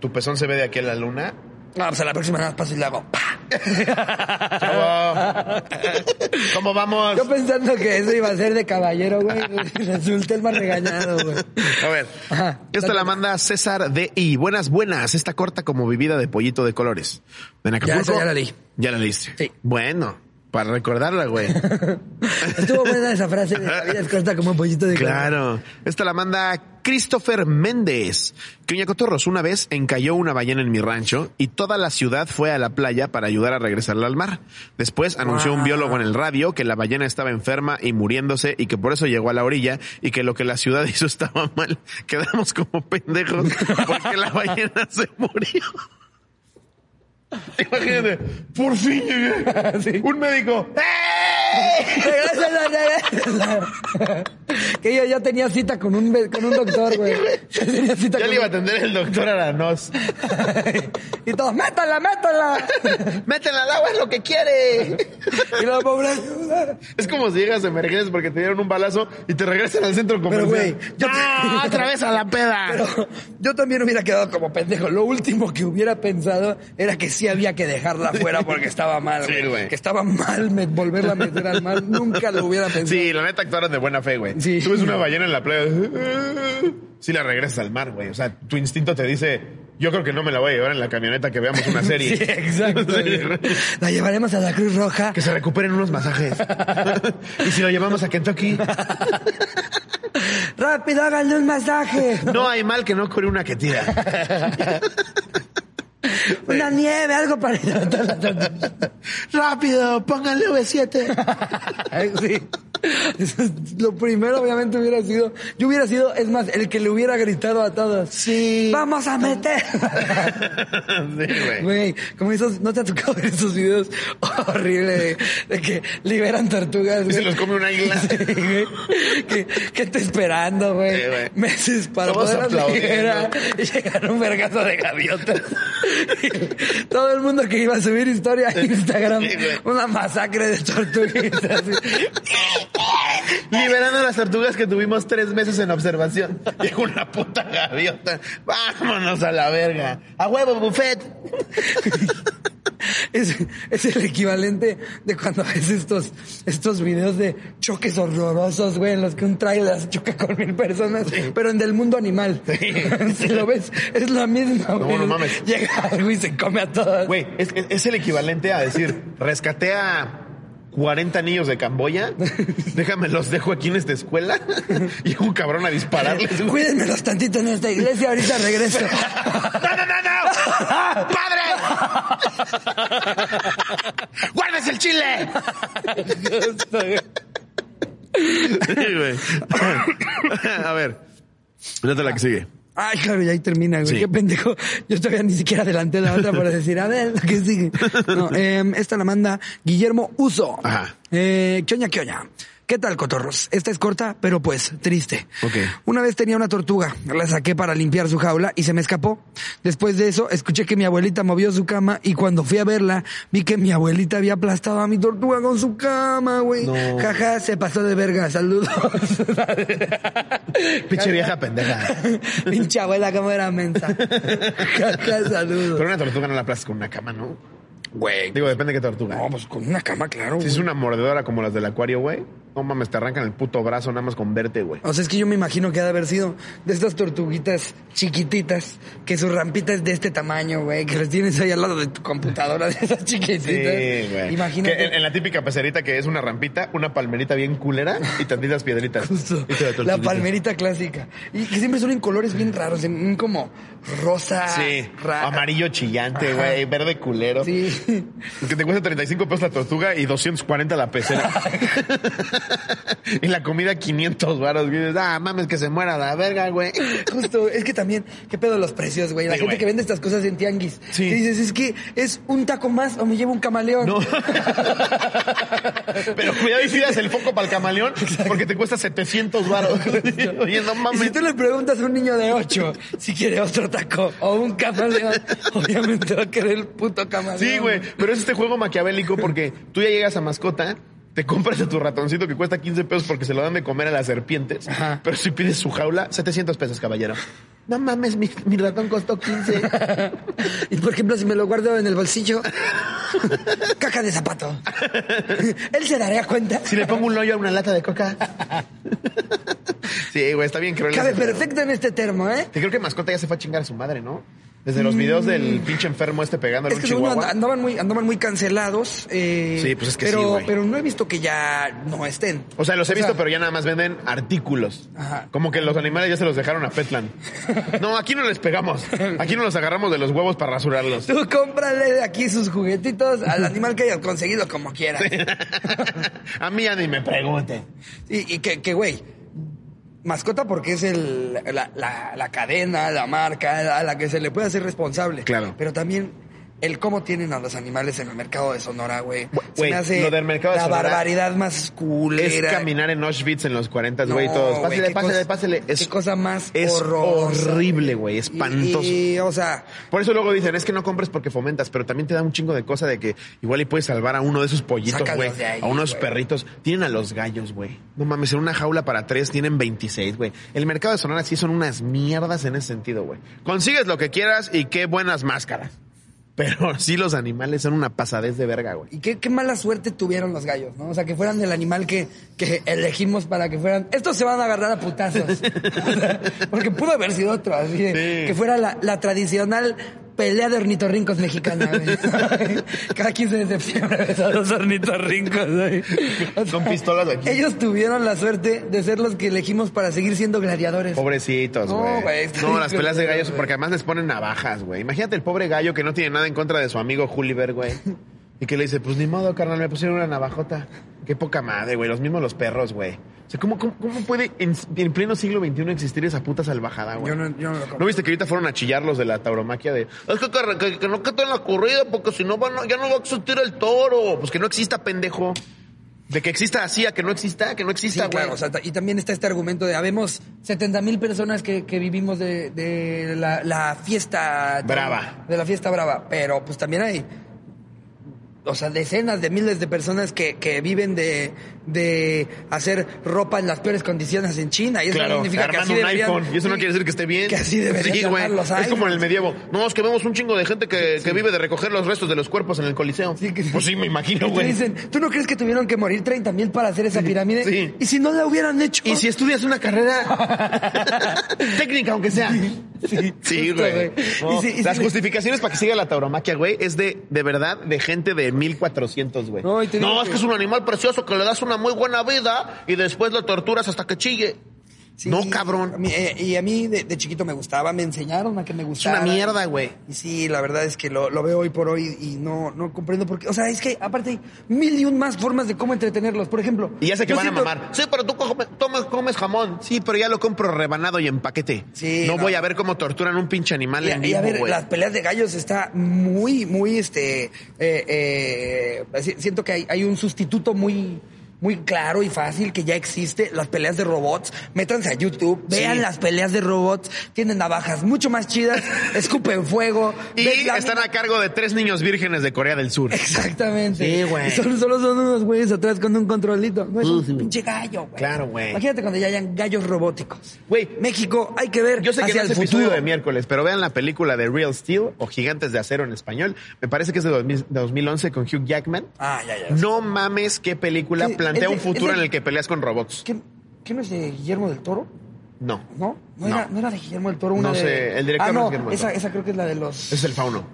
B: tu pezón se ve de aquí a la luna.
A: Ah, pues a la próxima nada más paso y le hago. ¡pa!
B: Chavo, ¿Cómo vamos?
A: Yo pensando que eso iba a ser de caballero, güey. Resulta el más regañado, güey.
B: A ver,
A: Ajá.
B: esta la manda César D.I. Buenas, buenas. Esta corta como vivida de pollito de colores. En Acapulco-
A: esa ya la leí.
B: Ya la leíste.
A: Sí.
B: Bueno, para recordarla, güey.
A: Estuvo buena esa frase de la vida es corta como un pollito de
B: Claro. Esta la manda Christopher Méndez. Que Uña Cotorros una vez encalló una ballena en mi rancho y toda la ciudad fue a la playa para ayudar a regresarla al mar. Después anunció
A: Wow.
B: un biólogo en el radio que la ballena estaba enferma y muriéndose y que por eso llegó a la orilla y que lo que la ciudad hizo estaba mal. Quedamos como pendejos porque la ballena se murió. Imagínate, por fin llegué.
A: Sí.
B: Un médico. "¡Eh!". ¡Ey!
A: Regrésala, regrésala. que yo ya tenía cita con un, ve- con un doctor, güey. Ya tenía cita
B: Ya
A: con
B: le iba a atender el doctor Aranos.
A: Y todos, métala, métala.
B: Métela al agua, es lo que quiere.
A: y los pobres.
B: Es como si llegas de emergencias porque te dieron un balazo y te regresan al centro
A: Pero,
B: comercial.
A: güey, yo-
B: ¡Ah, otra vez a la peda!
A: Pero yo también hubiera quedado como pendejo. Lo último que hubiera pensado era que sí había que dejarla afuera porque estaba mal,
B: Sí,
A: güey.
B: güey.
A: que estaba mal me- volverla a meter al mal. Nunca lo hubiera pensado.
B: Sí, la neta actuaron de buena fe, güey.
A: Sí.
B: Tú ves una ballena en la playa. Sí la regresas al mar, güey. O sea, tu instinto te dice, yo creo que no me la voy a llevar en la camioneta que veamos una serie.
A: Sí, exacto.
B: Sí.
A: güey. La llevaremos a la Cruz Roja.
B: Que se recuperen unos masajes. y si lo llevamos a Kentucky,
A: Rápido, háganle un masaje.
B: no hay mal que no cure una que tira.
A: Una nieve, algo para hidratarla.
B: Rápido, pónganle V7.
A: Ay, Sí. Lo primero, obviamente, hubiera sido. Yo hubiera sido, es más, el que le hubiera gritado a todos.
B: Sí.
A: ¡Vamos a meter!
B: Sí, güey.
A: Güey, como esos, ¿no te ha tocado ver esos videos horribles de, de que liberan tortugas?
B: Y se
A: güey?
B: los come un águila.
A: Sí, güey. ¿Qué, qué te esperando, güey?
B: Sí, güey.
A: Meses para
B: Todos
A: poder
B: aplaudiendo.
A: liberar y llegar un vergazo de gaviotas. Y Todo el mundo que iba a subir historia a Instagram,
B: Sí, güey.
A: una masacre de tortuguitas.
B: Liberando las tortugas que tuvimos tres meses en observación. Llegó una puta gaviota. Vámonos a la verga. A huevo, buffet.
A: Es, es el equivalente de cuando ves estos, estos videos de choques horrorosos, güey, en los que un trailer choca con mil personas, pero en del mundo animal. Si lo ves, es la misma, güey.
B: no mames.
A: Llega algo y se come a todas.
B: Güey, es, es- es el equivalente a decir, rescaté a 40 niños de Camboya. Déjame los dejo aquí en esta escuela. Y llega un cabrón a dispararles. güey.
A: Cuídenmelos tantito en esta iglesia, ahorita regreso.
B: ¡No, no, no, no! ¡Padre! ¡Guardes el chile! Sí, güey. A ver. Fíjate la que sigue.
A: Ay, claro, ya ahí termina, güey.
B: Sí.
A: Qué pendejo. Yo todavía ni siquiera adelanté la otra para decir, a ver, ¿qué sigue? No, em, esta la manda Guillermo Uso.
B: Ajá.
A: Eh, ¿Qué oña, qué oña? ¿Qué tal, cotorros? Esta es corta, pero pues triste.
B: Ok.
A: Una vez tenía una tortuga, la saqué para limpiar su jaula y se me escapó. Después de eso, escuché que mi abuelita movió su cama y cuando fui a verla, vi que mi abuelita había aplastado a mi tortuga con su cama, güey.
B: No.
A: Jaja, se pasó de verga. Saludos.
B: Pinche vieja pendeja.
A: Pinche abuela, cómo era mensa. Jaja, saludos.
B: Pero una tortuga no la aplastas con una cama, ¿no?
A: Güey.
B: Digo, depende de qué tortuga.
A: No, pues con una cama, claro. güey.
B: Si es una mordedora como las del acuario, güey. No mames, te arrancan el puto brazo nada más con verte, güey.
A: O sea, es que yo me imagino que ha de haber sido de estas tortuguitas chiquititas, que su rampita es de este tamaño, güey, que las tienes ahí al lado de tu computadora, de esas chiquititas. Imagínate.
B: Que en, en la típica pecerita que es una rampita, una palmerita bien culera y tantitas piedritas.
A: Justo.
B: Y te
A: La
B: tortuguitas.
A: palmerita clásica. Y que siempre son en colores bien raros, en en como rosa.
B: Sí.
A: Ah, ra-
B: Amarillo chillante,
A: Ajá.
B: güey. Verde culero.
A: Sí.
B: Que te cuesta 35 pesos la tortuga y 240 la pecera. y la comida 500 varos, güey. Dices, Ah, mames, que se muera la verga, güey.
A: Justo, es que también, qué pedo los precios, güey. La
B: Sí,
A: gente
B: güey.
A: que vende estas cosas en tianguis.
B: Sí.
A: Que dices, es que es un taco más o me llevo un camaleón.
B: No. Pero cuidado y tiras el foco para el camaleón porque te cuesta 700 varos. Oye, no
A: Y
B: mames.
A: si tú le preguntas a un niño de 8 si quiere otro taco o un camaleón, obviamente va a querer el puto camaleón.
B: Sí, güey. Pero es este juego maquiavélico porque tú ya llegas a mascota, te compras a tu ratoncito que cuesta 15 pesos porque se lo dan de comer a las serpientes.
A: Ajá.
B: Pero si pides su jaula, 700 pesos, caballero. No mames, mi, mi ratón costó 15.
A: Y por ejemplo, si me lo guardo en el bolsillo, caca de zapato. Él se daría cuenta.
B: Si le pongo un hoyo a una lata de coca. Sí, güey, está bien cruel.
A: Cabe
B: ese pedo.
A: perfecto en este termo, ¿eh?
B: Que creo que mascota ya se fue a chingar a su madre, ¿no? Desde los videos del pinche enfermo este pegándole
A: Mm. Es
B: un
A: que según yo,
B: chihuahua.
A: and- andaban muy, andaban muy cancelados. eh,
B: Sí, pues es que sí,
A: pero,
B: güey.
A: pero no he visto que ya no estén.
B: O sea, los he visto,
A: sea,
B: pero ya nada más venden artículos.
A: Ajá.
B: Como que los animales ya se los dejaron a Petland. No, aquí no les pegamos. Aquí no los agarramos de los huevos para rasurarlos.
A: Tú cómprale de aquí sus juguetitos al animal que hayas conseguido como quieras.
B: A mí ya ni me pregunten.
A: Y, y que, que, güey, mascota porque es el, la, la- la cadena, la marca a la que se le puede hacer responsable.
B: Claro.
A: Pero también el cómo tienen a los animales en el mercado de Sonora, güey. Se
B: güey,
A: me hace
B: lo del mercado de
A: la
B: Sonora
A: barbaridad más
B: Es
A: culera.
B: caminar en Auschwitz en los 40,
A: No,
B: güey, todos.
A: güey,
B: Pásele,
A: qué
B: pásele,
A: cosa-
B: pásele. Es,
A: qué cosa más
B: es
A: horrorosa.
B: horrible, güey.
A: Y-
B: Espantoso.
A: y, o sea,
B: Por eso luego dicen, es que no compres porque fomentas, pero también te da un chingo de cosa de que igual y puedes salvar a uno de esos pollitos,
A: Sácalos
B: güey.
A: de ahí,
B: A uno de esos
A: güey.
B: perritos. Tienen a los gallos, güey. No mames, en una jaula para tres tienen 26, güey. El mercado de Sonora sí son unas mierdas en ese sentido, güey. Consigues lo que quieras y qué buenas máscaras. Pero sí los animales son una pasadez de verga, güey.
A: Y qué, qué mala suerte tuvieron los gallos, ¿no? O sea, que fueran el animal que, que elegimos para que fueran. Estos se van a agarrar a putazos. Porque pudo haber sido otro, así de-
B: Sí.
A: que fuera la, la tradicional pelea de ornitorrincos mexicana, güey. Cada 15 de septiembre ves a los ornitorrincos, güey. O
B: Con pistolas aquí.
A: Ellos tuvieron la suerte de ser los que elegimos para seguir siendo gladiadores.
B: Pobrecitos,
A: No,
B: güey.
A: güey, está
B: No,
A: bien
B: las peleas de
A: culero,
B: gallos,
A: güey.
B: porque además les ponen navajas, güey. Imagínate el pobre gallo que no tiene nada en contra de su amigo Julliver, güey. Y que le dice, pues ni modo, carnal, me pusieron una navajota. Qué poca madre, güey. Los mismos los perros, güey. O sea, ¿cómo, cómo, cómo puede en, en pleno siglo XXI existir esa puta salvajada, güey?
A: Yo no, yo no lo
B: ¿No
A: compro.
B: viste que ahorita fueron a chillar los de la tauromaquia de es que, que, que- que no quiten la corrida porque si no van a- ya no va a existir el toro? Pues que no exista, pendejo. De que exista así a que no exista, que no
A: Sí,
B: exista, güey.
A: claro, o sea, ta- y también está este argumento de habemos 70 mil personas que, que vivimos de, de la, la fiesta
B: Brava.
A: De la fiesta brava. Pero pues también hay, o sea, decenas de miles de personas que, que viven de, de hacer ropa en las peores condiciones en China. Y eso no significa que
B: arman
A: así
B: un
A: deberían-
B: iPhone. Y eso no quiere decir que esté bien.
A: Que así deberían
B: Sí, güey.
A: llamar los
B: Es como en
A: iPhones.
B: el medievo. No, es que vemos un chingo de gente que, que vive de recoger los restos de los cuerpos en el coliseo.
A: Sí, que-
B: Pues sí, me imagino,
A: Y te
B: güey.
A: dicen, ¿tú no crees que tuvieron que morir 30 mil para hacer esa pirámide?
B: sí.
A: Y si no la hubieran hecho.
B: Y si estudias una carrera técnica, aunque sea.
A: Sí,
B: Sí,
A: justo,
B: güey.
A: Y si- y si
B: Las
A: le-
B: justificaciones para que siga la tauromaquia, güey, es de, de verdad, de gente de 1400, güey.
A: No, y te digo
B: es
A: que-
B: que es un animal precioso que le das una muy buena vida y después lo torturas hasta que chille.
A: Sí,
B: no, cabrón.
A: a mí- eh, y a mí de, de chiquito me gustaba, me enseñaron a que me
B: Es
A: gustaba.
B: una mierda, güey.
A: Y sí, la verdad es que lo, lo veo hoy por hoy y no, no comprendo por qué. O sea, es que aparte hay mil y un más formas de cómo entretenerlos. Por ejemplo.
B: Y ya sé que
A: yo
B: van
A: siento-
B: a mamar. Sí, pero tú come- tomas, comes jamón. Sí, pero ya lo compro rebanado y en paquete.
A: Sí,
B: no,
A: no.
B: voy a ver cómo torturan un pinche animal
A: Y,
B: en
A: a- y a
B: vivo,
A: ver,
B: güey.
A: las peleas de gallos está muy, muy, este, eh, eh, si- siento que hay, hay un sustituto muy, muy claro y fácil que ya existe, las peleas de robots, métanse a YouTube,
B: Sí.
A: vean las peleas de robots, tienen navajas mucho más chidas, escupen fuego.
B: Y
A: ven la-
B: están a cargo de tres niños vírgenes de Corea del Sur.
A: Exactamente.
B: Sí, güey.
A: Y Solo, solo son unos güeyes atrás con un controlito. No es
B: Sí,
A: un
B: sí.
A: pinche gallo, güey.
B: Claro, güey.
A: Imagínate cuando ya hayan gallos robóticos.
B: Güey.
A: México, hay que ver
B: Yo sé que
A: hacia
B: no es
A: el
B: episodio
A: futuro.
B: de miércoles, pero vean la película de Real Steel o Gigantes de Acero en español. Me parece que es de 2000 2011 con Hugh Jackman.
A: Ah, ya, ya.
B: No mames qué película
A: Sí,
B: plantea
A: es de-
B: un futuro
A: es de-
B: en el que peleas con robots.
A: ¿Qué, qué no es de Guillermo del Toro?
B: No.
A: ¿No? ¿No, Era, no era de Guillermo del Toro una
B: No
A: de-
B: sé, el director
A: ah,
B: no es
A: no,
B: Guillermo del
A: esa,
B: Toro.
A: esa creo que es la de los...
B: Es el fauno.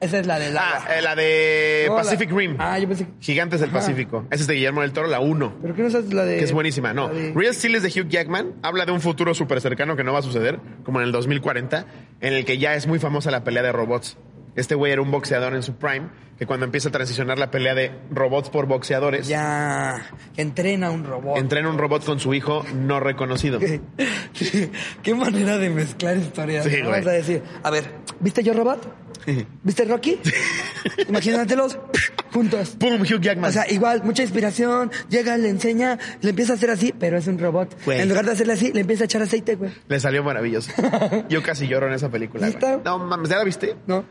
A: Esa es la del agua.
B: Ah, eh, la de
A: No, la-
B: Pacific Rim.
A: Ah, yo pensé que-
B: Gigantes del
A: Ajá.
B: Pacífico. Esa es de Guillermo del Toro, la 1.
A: ¿Pero qué no es la de...?
B: Que es buenísima, no.
A: Eh, la de-
B: Real Steel es de Hugh Jackman, habla de un futuro súper cercano que no va a suceder, como en el 2040, en el que ya es muy famosa la pelea de robots. Este güey era un boxeador en su prime, que cuando empieza a transicionar la pelea de robots por boxeadores,
A: Ya, que entrena un robot.
B: entrena un robot con su hijo no reconocido.
A: Qué manera de mezclar historias.
B: Sí,
A: ¿no?
B: güey.
A: Vas a decir, a ver, ¿viste yo robot? ¿Viste Rocky? Imagínatelos juntos.
B: ¡Pum! Hugh Jackman.
A: O sea, igual, mucha inspiración, llega, le enseña, le empieza a hacer así, pero es un robot.
B: Güey.
A: En lugar de hacerle así, le empieza a echar aceite, güey.
B: Le salió maravilloso. Yo casi lloro en esa película. güey.
A: ¿Neta?
B: No mames, ¿ya la viste?
A: ¿No?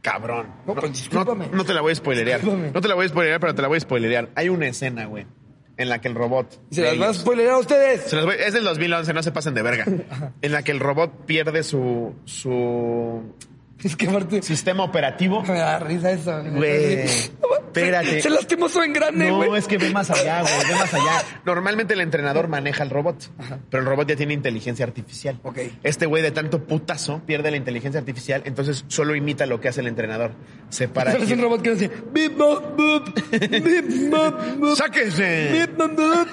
B: Cabrón.
A: No, pues, discúlpame.
B: No, no te la voy a spoilerear.
A: Discúlpame.
B: No te la voy a spoilerear, pero te la voy a spoilerear. Hay una escena, güey, en la que el robot.
A: Y se
B: de
A: las vas a
B: ellos-
A: spoiler a ustedes.
B: se las voy- es del 2011, no se pasen de verga. En la que el robot pierde su, su
A: Es que aparte,
B: sistema operativo.
A: me da risa eso.
B: Güey, espérate.
A: Se lastimó su engrane, güey.
B: No, es que ve más allá, güey, ve más allá. Normalmente el entrenador maneja al robot, pero el robot ya tiene inteligencia artificial.
A: Ok.
B: Este güey de tanto putazo pierde la inteligencia artificial, entonces solo imita lo que hace el entrenador. Se para.
A: Solo es un robot que dice bip bop bop bip bop bop
B: ¡Sáquense!
A: bip bop bop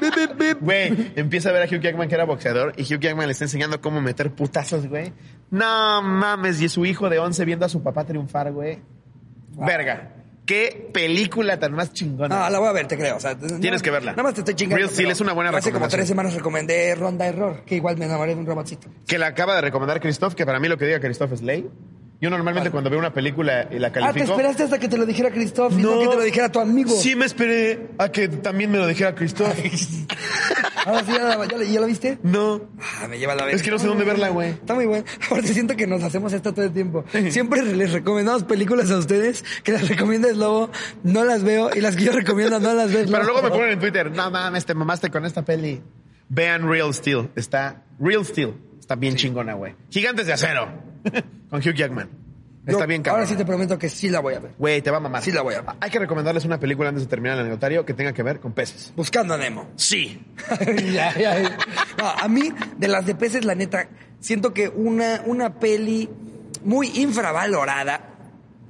A: bip bip bip
B: Güey, empieza a ver a Hugh Jackman que era boxeador y Hugh Jackman le está enseñando cómo meter putazos, güey. No mames, y su hijo de 11 viendo a su papá triunfar, güey. Verga. Qué película tan más chingona.
A: No, la voy a ver, te creo. O sea,
B: Ah. Tienes que verla.
A: Nada más te estoy chingando.
B: Real Steel
A: pero
B: es una buena
A: Hace como
B: recomendación.
A: tres semanas recomendé Ronda Error, que igual me enamoré de un robotcito. Ah,
B: que la acaba de recomendar Christoph, que para mí lo que diga Christoph es ley. Yo normalmente cuando veo una película y la
A: Ah, te
B: califico...
A: esperaste hasta que te lo dijera Christoph y no que te lo dijera tu amigo.
B: Sí me esperé a que también me lo dijera Christoph.
A: Ahora Ah, sí, ya la, ya la- ya la viste.
B: no.
A: Ah, me lleva la vez.
B: Es que no sé dónde verla, güey.
A: Está muy bueno. Aparte siento que nos hacemos esto todo el tiempo. Siempre les recomendamos películas a ustedes que las recomienda el lobo, no las veo y las que yo recomiendo no las ves.
B: Pero
A: Lobo.
B: luego me ponen en Twitter, no mames, te mamaste con esta peli. Vean Real Steel. Está Real Steel. Está bien chingona, güey. Gigantes de acero. con Hugh Jackman.
A: Yo-
B: Está bien cabrón.
A: Ahora sí te prometo que sí la voy a ver.
B: Güey, te va a mamar.
A: Sí la voy a ver.
B: Hay que recomendarles una película antes de terminar el anecdotario que tenga que ver con peces.
A: Buscando a Nemo.
B: Sí.
A: Ya, ya, ya. No, a mí, de las de peces, la neta, siento que una, una peli muy infravalorada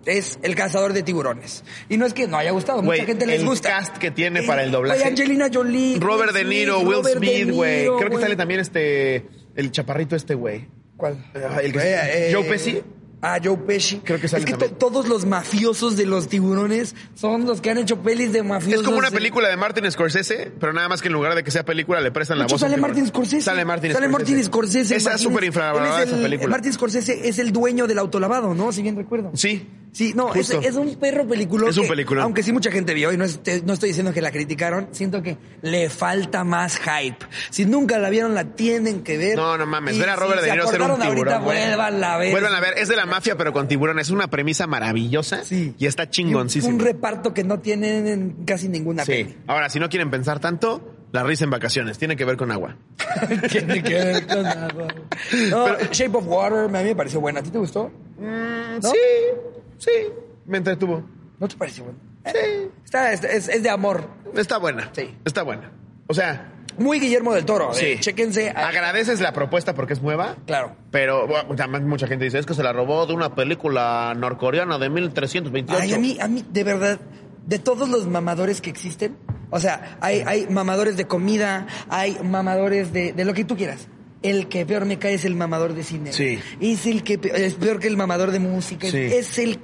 A: es El cazador de tiburones. Y no es que no haya gustado,
B: Güey,
A: mucha gente les
B: el
A: gusta.
B: cast que tiene
A: Eh,
B: para el doblaje.
A: güey, Angelina Jolie.
B: Robert De
A: Will
B: Niro,
A: Smith,
B: Will
A: Robert De
B: Smith, güey.
A: Niro,
B: Creo que
A: güey.
B: sale también este. El chaparrito este, güey.
A: ¿Cuál?
B: Ah, el que- Joe Pesci.
A: Ah, Joe Pesci.
B: Creo que sale
A: Es que
B: también.
A: to- todos los mafiosos de los tiburones son los que han hecho pelis de mafiosos.
B: Es como una
A: de-
B: película de Martin Scorsese, pero nada más que en lugar de que sea película le prestan la
A: De hecho,
B: voz. a un
A: sale
B: tiburón.
A: Martin Scorsese.
B: Sale Martin
A: Sale
B: Scorsese.
A: Martin Scorsese.
B: Esa es
A: imagínense.
B: súper infravalorada
A: Él es
B: esa
A: el-
B: película.
A: Martin Scorsese es el dueño del autolavado, ¿no? Si bien recuerdo.
B: Sí.
A: Sí, no, es,
B: Justo.
A: es un perro peliculón.
B: Es un
A: que,
B: peliculón.
A: Aunque sí mucha gente vio, y no, este- no estoy diciendo que la criticaron, siento que le falta más hype. Si nunca la vieron, la tienen que ver.
B: No, no mames.
A: Y
B: Ver a Robert
A: si
B: De
A: se
B: Niro ser un
A: acordaron
B: tiburón.
A: ahorita,
B: güey.
A: vuélvanla a ver.
B: Vuelvan a ver. Es de la mafia, pero con tiburón. Es una premisa maravillosa.
A: Sí.
B: Y está
A: Y Un
B: chingoncísimo.
A: reparto que no tienen en casi ninguna
B: Sí.
A: peli.
B: Ahora, si no quieren pensar tanto, la risa en vacaciones. Tiene que ver con agua.
A: Tiene que ver con algo. No, Shape of Water, a mí me pareció buena. ¿A ti te gustó? ¿No?
B: Sí. Sí. Me entretuvo.
A: ¿No te pareció buena?
B: Sí.
A: Está, es, es- es de amor.
B: Está buena.
A: Eh. Sí.
B: Está buena. O sea,
A: Muy Guillermo del Toro. Sí.
B: sí. Ah,
A: Chéquense. a-
B: Agradeces la propuesta porque es nueva.
A: Claro.
B: Pero bueno, también mucha gente dice, es que se la robó de una película norcoreana de 1328.
A: Ay, a mí, a mí, de verdad, de todos los mamadores que existen, o sea, hay, hay mamadores de comida, hay mamadores de, de lo que tú quieras. El que peor me cae es el mamador de cine.
B: Sí.
A: Es el que pe- es peor que el mamador de música.
B: Sí.
A: Es el,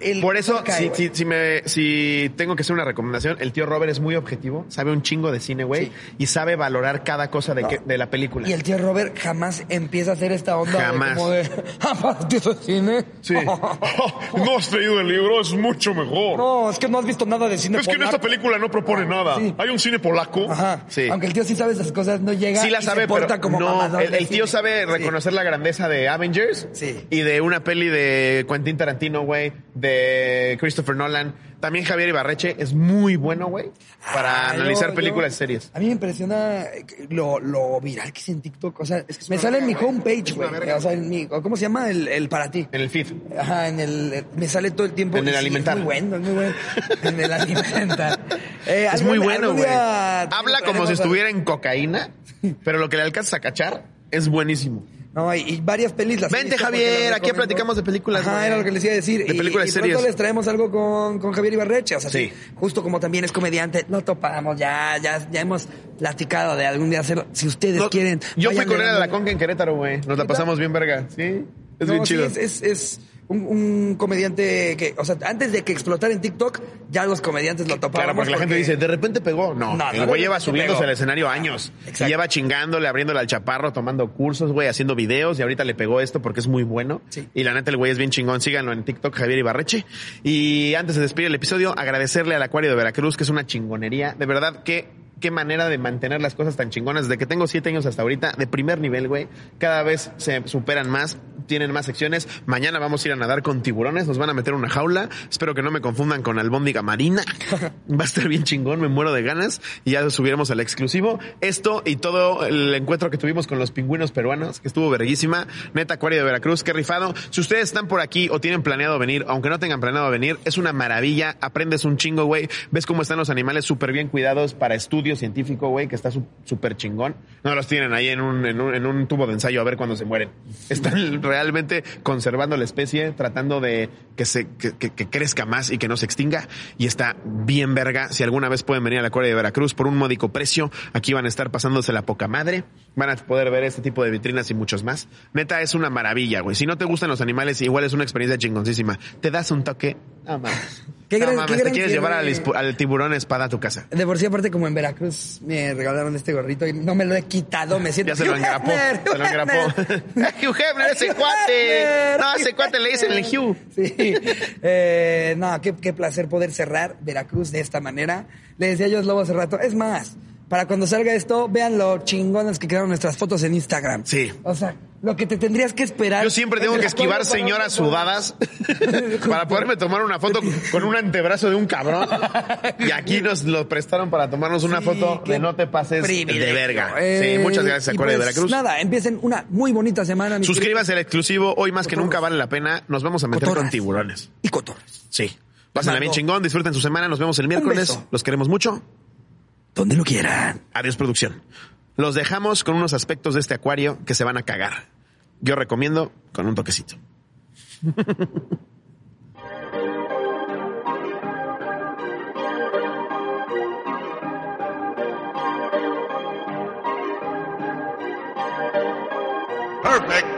A: el
B: Por
A: que
B: eso,
A: peor cae,
B: si,
A: güey.
B: si- si me, si tengo que hacer una recomendación, el tío Robert es muy objetivo, sabe un chingo de cine, güey,
A: Sí.
B: y sabe valorar cada cosa de, que- de la película.
A: Y el tío Robert jamás empieza a hacer esta onda de
B: Jamás.
A: como de aparatos de cine.
B: Sí. no has traído el libro, es mucho mejor.
A: No, es que no has visto nada de cine. polaco.
B: película no propone nada.
A: Sí.
B: Hay un cine polaco.
A: Ajá.
B: Sí.
A: Aunque el tío sí sabe esas cosas, no llega.
B: Sí la
A: y
B: sabe,
A: se porta
B: pero
A: como
B: no,
A: mamador
B: el,
A: de
B: el
A: cine.
B: tío sabe
A: Sí.
B: reconocer la grandeza de Avengers
A: Sí.
B: y de una peli de Quentin Tarantino, güey, de Christopher Nolan. También Javier Ibarreche es muy bueno, güey, para
A: Ah, yo-
B: analizar
A: yo-
B: películas y series.
A: A mí me impresiona lo, lo viral que es en TikTok. O sea,
B: es
A: me
B: una
A: sale en mi
B: verga, güey. Es
A: homepage,
B: una
A: güey.
B: verga.
A: O sea, en mi, ¿cómo se llama? El, el para ti.
B: En el feed.
A: Ajá, en el, eh, me sale todo el tiempo.
B: En el
A: Y sí, es
B: alimentar.
A: muy bueno, es muy bueno. En el alimentar. Eh,
B: Es
A: algún-
B: muy bueno,
A: algún
B: güey.
A: día
B: Habla como
A: traeremos
B: si
A: a-
B: estuviera en cocaína, pero lo que le alcanzas a cachar es buenísimo.
A: No, y, y varias pelis las he
B: Vente,
A: visto porque
B: Javier,
A: las
B: aquí
A: recomiendo.
B: platicamos de películas,
A: Ajá,
B: güey.
A: era lo que les iba a decir.
B: De
A: Y-
B: películas y
A: y, pronto
B: series.
A: les traemos algo con, con Javier Ibarreche. O sea,
B: Sí.
A: sí. Justo como también es comediante, no topamos, ya, ya, ya hemos platicado de algún día hacerlo. Si ustedes
B: No,
A: quieren.
B: yo fui
A: vayan
B: con él a la
A: dándole-
B: Conca en Querétaro, güey. Nos la pasamos bien verga. Sí, es
A: No,
B: bien
A: sí,
B: chido.
A: es, es, es- un, un comediante que, o sea, antes de que explotara en TikTok, ya los comediantes lo topaban.
B: Claro, porque la gente dice, de repente pegó. No,
A: No, de
B: el güey lleva
A: repente
B: subiéndose
A: pegó.
B: al escenario años.
A: Exacto.
B: Y lleva chingándole, abriéndole al chaparro, tomando cursos, güey, haciendo videos. Y ahorita le pegó esto porque es muy bueno.
A: Sí.
B: Y la neta, el güey es bien chingón. Síganlo en TikTok, Javier Ibarreche. Y antes de despedir el episodio, agradecerle al Acuario de Veracruz, que es una chingonería. De verdad, qué, qué manera de mantener las cosas tan chingonas. Desde que tengo siete años hasta ahorita, de primer nivel, güey. Cada vez se superan más, tienen más secciones. Mañana vamos a ir a nadar con tiburones, nos van a meter en una jaula. Espero que no me confundan con albóndiga marina. Va a estar bien chingón, me muero de ganas. Y ya subiremos al exclusivo. Esto y todo el encuentro que tuvimos con los pingüinos peruanos, que estuvo verguísima. Neta Acuario de Veracruz, qué rifado. Si ustedes están por aquí o tienen planeado venir, aunque no tengan planeado venir, es una maravilla. Aprendes un chingo, güey. Ves cómo están los animales súper bien cuidados para estudio científico, güey, que está su- súper chingón. No los tienen ahí en un, en, un, en un tubo de ensayo a ver cuándo se mueren. Están realmente conservando la especie, tratando de que se que, que- que crezca más y que no se extinga. Y está bien verga. Si alguna vez pueden venir a la Corea de Veracruz por un módico precio, aquí van a estar pasándose la poca madre. Van a poder ver este tipo de vitrinas y muchos más. Neta, es una maravilla, güey. Si no te gustan los animales, igual es una experiencia chingoncísima. Te das un toque. No mames.
A: Ah, Qué
B: No
A: gran-
B: mames,
A: qué
B: te
A: gran
B: quieres llevar al,
A: cierre.
B: ispu- al tiburón espada a tu casa.
A: De por sí, aparte, como en Veracruz me regalaron este gorrito y no me lo he quitado, me siento.
B: Ya se lo engrapó.
A: ¡Hefner!
B: Se lo engrapó.
A: ¡Hefner!
B: Hugh Hefner, ese cuate.
A: Hefner!
B: No, ese cuate le dicen el Hugh.
A: Sí. Eh, no, qué, qué placer poder cerrar Veracruz de esta manera. Le decía yo a Lobo hace rato, es más, para cuando salga esto, vean lo chingonas que quedaron nuestras fotos en Instagram.
B: Sí.
A: O sea, lo que te tendrías que esperar.
B: Yo siempre tengo
A: Es
B: que
A: la
B: esquivar
A: cuadra para
B: señoras
A: una-
B: sudadas para poderme tomar una foto con un antebrazo de un cabrón. Y aquí nos lo prestaron para tomarnos una
A: Sí,
B: foto
A: qué
B: de no te pases de
A: privilegio.
B: verga.
A: Eh,
B: sí, muchas gracias,
A: y
B: Acuario de
A: pues,
B: Veracruz.
A: Nada, empiecen una muy bonita semana. mis
B: Suscríbase al exclusivo. Hoy más que
A: Cotorros.
B: nunca vale la pena. Nos vamos a meter con
A: Cotorras.
B: tiburones.
A: queridos. Y cotorras.
B: Sí. Pásenla bien
A: mando.
B: chingón. Disfruten su semana. Nos vemos el miércoles.
A: beso.
B: Los queremos mucho.
A: Donde lo quieran.
B: Adiós, producción. Los dejamos con unos aspectos de este acuario que se van a cagar. Yo recomiendo con un toquecito.
C: Perfect.